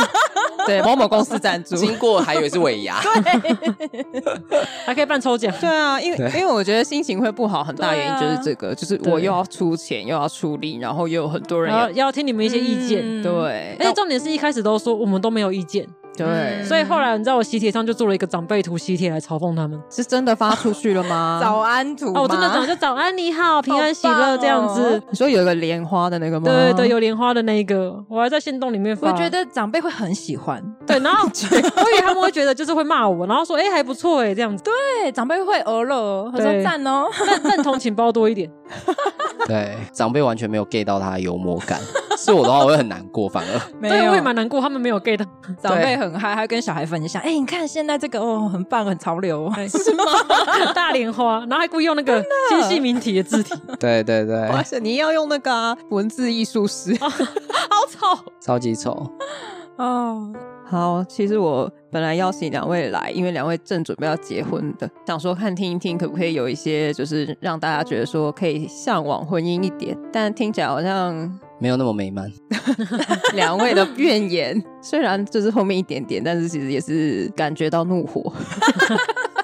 [SPEAKER 2] (laughs) 对，某某公司赞助。
[SPEAKER 1] 经过还以为是尾牙，
[SPEAKER 4] 还可以办抽奖。
[SPEAKER 2] 对啊，因为因为我觉得心情会不好，很大
[SPEAKER 3] 对
[SPEAKER 2] 原
[SPEAKER 3] 啊
[SPEAKER 2] 因就是这个，就是我又要出钱，又要出力，然后又有很多人
[SPEAKER 4] 然后
[SPEAKER 2] 要
[SPEAKER 4] 要听你们一些意见，
[SPEAKER 3] 嗯
[SPEAKER 2] 对，嗯
[SPEAKER 4] 而且重点是一开始都说我们都没有意见，
[SPEAKER 3] 嗯
[SPEAKER 2] 对，
[SPEAKER 4] 所以后来你知道我喜帖上就做了一个长辈图喜帖来嘲讽他们。
[SPEAKER 2] 是真的发出去了 (laughs) 吗？
[SPEAKER 3] 早安图吗，
[SPEAKER 4] 哦，我真的
[SPEAKER 3] (laughs)
[SPEAKER 4] 讲就早安你好，平安喜
[SPEAKER 3] 好棒
[SPEAKER 4] 乐
[SPEAKER 3] 哦
[SPEAKER 4] 这样子。
[SPEAKER 2] 嗯你说有一个莲花的那个吗？
[SPEAKER 4] 对对对，有莲花的那一个，我还在线洞里面发。
[SPEAKER 3] 我觉得长辈会很喜欢，
[SPEAKER 4] 对，然后
[SPEAKER 3] (laughs)
[SPEAKER 4] 我以为他们会觉得就是会骂我，然后说哎、还不错哎、这样子，
[SPEAKER 3] 对，长辈会鹅肉，他说
[SPEAKER 4] 对
[SPEAKER 3] 赞哦，
[SPEAKER 4] 认认同请包多一点。
[SPEAKER 1] 对，长辈完全没有 get 到他的幽默感，是我的话我会很难过，反而
[SPEAKER 3] 没
[SPEAKER 4] 对，
[SPEAKER 3] 有
[SPEAKER 4] 我也蛮难过，他们没有 get 到。
[SPEAKER 3] 长辈很嗨，还会跟小孩分享，哎，你看现在这个哦，很棒，很潮流哦，
[SPEAKER 4] 是吗？ (laughs) 大莲花，然后还故意用那个精细明体的字体，
[SPEAKER 1] 对对对，
[SPEAKER 2] 而且你要用那个、啊、文字艺术师。
[SPEAKER 4] 好丑。
[SPEAKER 1] 超级丑，
[SPEAKER 3] (laughs) 哦，
[SPEAKER 2] (laughs) 好，其实我本来邀请两位来，因为两位正准备要结婚的，想说看听一听，可不可以有一些就是让大家觉得说可以向往婚姻一点，但听起来好像
[SPEAKER 1] 没有那么美满。
[SPEAKER 2] (laughs) 两位的怨言，虽然就是后面一点点，但是其实也是感觉到怒火。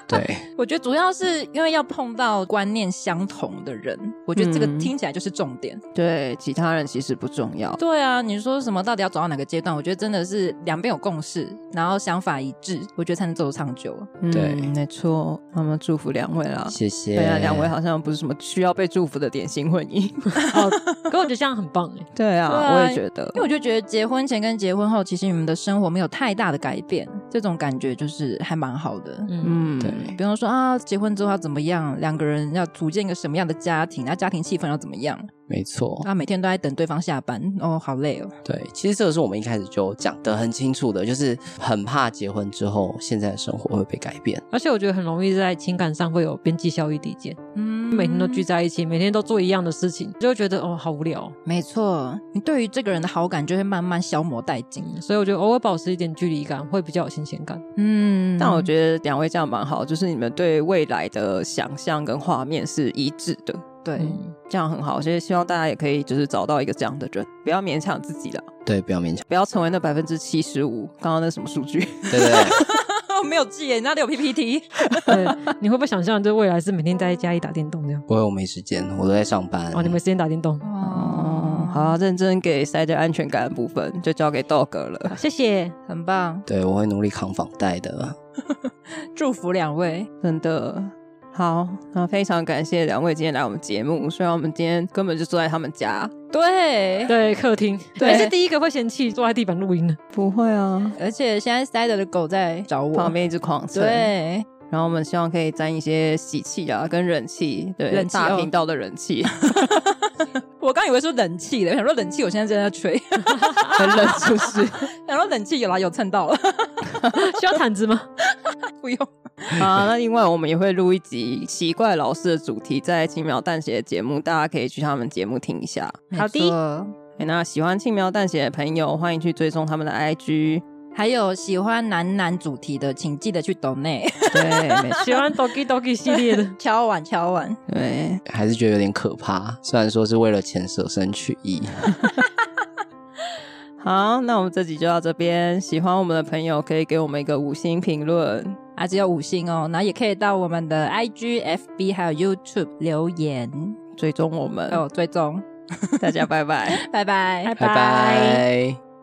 [SPEAKER 1] 对，
[SPEAKER 3] 我觉得主要是因为要碰到观念相同的人，我觉得这个
[SPEAKER 2] 嗯
[SPEAKER 3] 听起来就是重点。
[SPEAKER 2] 对，其他人其实不重要。
[SPEAKER 3] 对啊，你说什么到底要走到哪个阶段？我觉得真的是两边有共识，然后想法一致，我觉得才能走得长久。
[SPEAKER 1] 对
[SPEAKER 2] 嗯、没错。那么祝福两位啦。
[SPEAKER 1] 谢谢。
[SPEAKER 2] 本来啊两位好像不是什么需要被祝福的典型婚姻。 (laughs)
[SPEAKER 4] 哦，可我觉得这样很棒哎。
[SPEAKER 2] 对啊，
[SPEAKER 3] 对啊
[SPEAKER 2] 我也觉得
[SPEAKER 3] 因为。我就觉得结婚前跟结婚后，其实你们的生活没有太大的改变，这种感觉就是还蛮好的。
[SPEAKER 4] 嗯，
[SPEAKER 2] 嗯，
[SPEAKER 1] 对
[SPEAKER 3] 比方说啊，结婚之后要怎么样，两个人要组建一个什么样的家庭，那家庭气氛要怎么样，
[SPEAKER 1] 没错，
[SPEAKER 3] 啊，每天都在等对方下班，哦，好累哦。
[SPEAKER 1] 对，其实这个是我们一开始就讲的很清楚的，就是很怕结婚之后现在的生活会被改变。
[SPEAKER 4] 而且我觉得很容易在情感上会有边际效益递减，
[SPEAKER 3] 嗯，
[SPEAKER 4] 每天都聚在一起，每天都做一样的事情，就会觉得哦好无聊哦。
[SPEAKER 3] 没错，你对于这个人的好感就会慢慢消磨殆尽。
[SPEAKER 4] 嗯所以我觉得偶尔保持一点距离感会比较有新鲜感。
[SPEAKER 3] 嗯，
[SPEAKER 2] 但我觉得两位这样蛮好，就是你们对未来的想象跟画面是一致的，
[SPEAKER 3] 得对。
[SPEAKER 4] 嗯，
[SPEAKER 2] 这样很好。所以希望大家也可以就是找到一个这样的人，不要勉强自己了，
[SPEAKER 1] 对，不要勉强。
[SPEAKER 2] 不要成为那百分之七十五刚刚那什么数据。
[SPEAKER 1] 对对对， (laughs)
[SPEAKER 3] (laughs) 没有记耶，那里有 PPT。
[SPEAKER 4] 嗯对，你会不会想象这未来是每天待在家里打电动这样？
[SPEAKER 1] 不会，我没时间，我都在上班。
[SPEAKER 4] 哦，你没时间打电动，
[SPEAKER 3] 哦，
[SPEAKER 2] 好，认真给塞着安全感的部分就交给 dog 了。
[SPEAKER 4] 谢谢。
[SPEAKER 3] 很棒，
[SPEAKER 1] 对，我会努力扛房贷的。
[SPEAKER 3] 祝福两位。
[SPEAKER 2] 真的。好，那非常感谢两位今天来我们节目。虽然我们今天根本就坐在他们家，
[SPEAKER 3] 对，
[SPEAKER 4] 对，客 (laughs) 厅，
[SPEAKER 2] 对
[SPEAKER 4] 还是第一个会嫌弃坐在地板录音的。
[SPEAKER 2] 不会啊，
[SPEAKER 3] 而且现在 Side 的狗在找我
[SPEAKER 2] 旁边一直狂蹭。，
[SPEAKER 3] 对，
[SPEAKER 2] 然后我们希望可以沾一些喜气啊，跟人气，对，
[SPEAKER 3] 人气
[SPEAKER 2] 大
[SPEAKER 3] 哦
[SPEAKER 2] 频道的
[SPEAKER 3] (laughs)
[SPEAKER 2] 人气，
[SPEAKER 3] 我刚以为说冷气的，想说冷气我现在正在吹， (laughs)
[SPEAKER 2] 很冷是不是？
[SPEAKER 3] 想说冷气有啦，有蹭到了， (laughs)
[SPEAKER 4] 需要毯子吗？
[SPEAKER 3] 不用。
[SPEAKER 2] 啊，那另外我们也会录一集奇怪老师的主题，在轻描淡写的节目，大家可以去他们节目听一下。
[SPEAKER 3] 嗯
[SPEAKER 4] 好的，
[SPEAKER 2] 诶那喜欢轻描淡写的朋友，欢迎去追踪他们的 IG。
[SPEAKER 3] 还有喜欢男男主题的，请记得去抖内 (laughs)
[SPEAKER 2] (laughs) 对，没错，
[SPEAKER 4] 喜欢 Doki Doki 系列的，
[SPEAKER 3] 敲碗敲碗。
[SPEAKER 2] 对，
[SPEAKER 1] 还是觉得有点可怕。虽然说是为了钱舍身取义，
[SPEAKER 2] 好，那我们这集就到这边。喜欢我们的朋友可以给我们一个五星评论。
[SPEAKER 3] 啊，只有五星哦，然后也可以到我们的 IG、FB 还有 YouTube 留言
[SPEAKER 2] 追踪我们，
[SPEAKER 3] 哦哦，追踪，
[SPEAKER 2] 大家拜拜。
[SPEAKER 3] 拜拜，
[SPEAKER 4] 拜
[SPEAKER 1] 拜拜。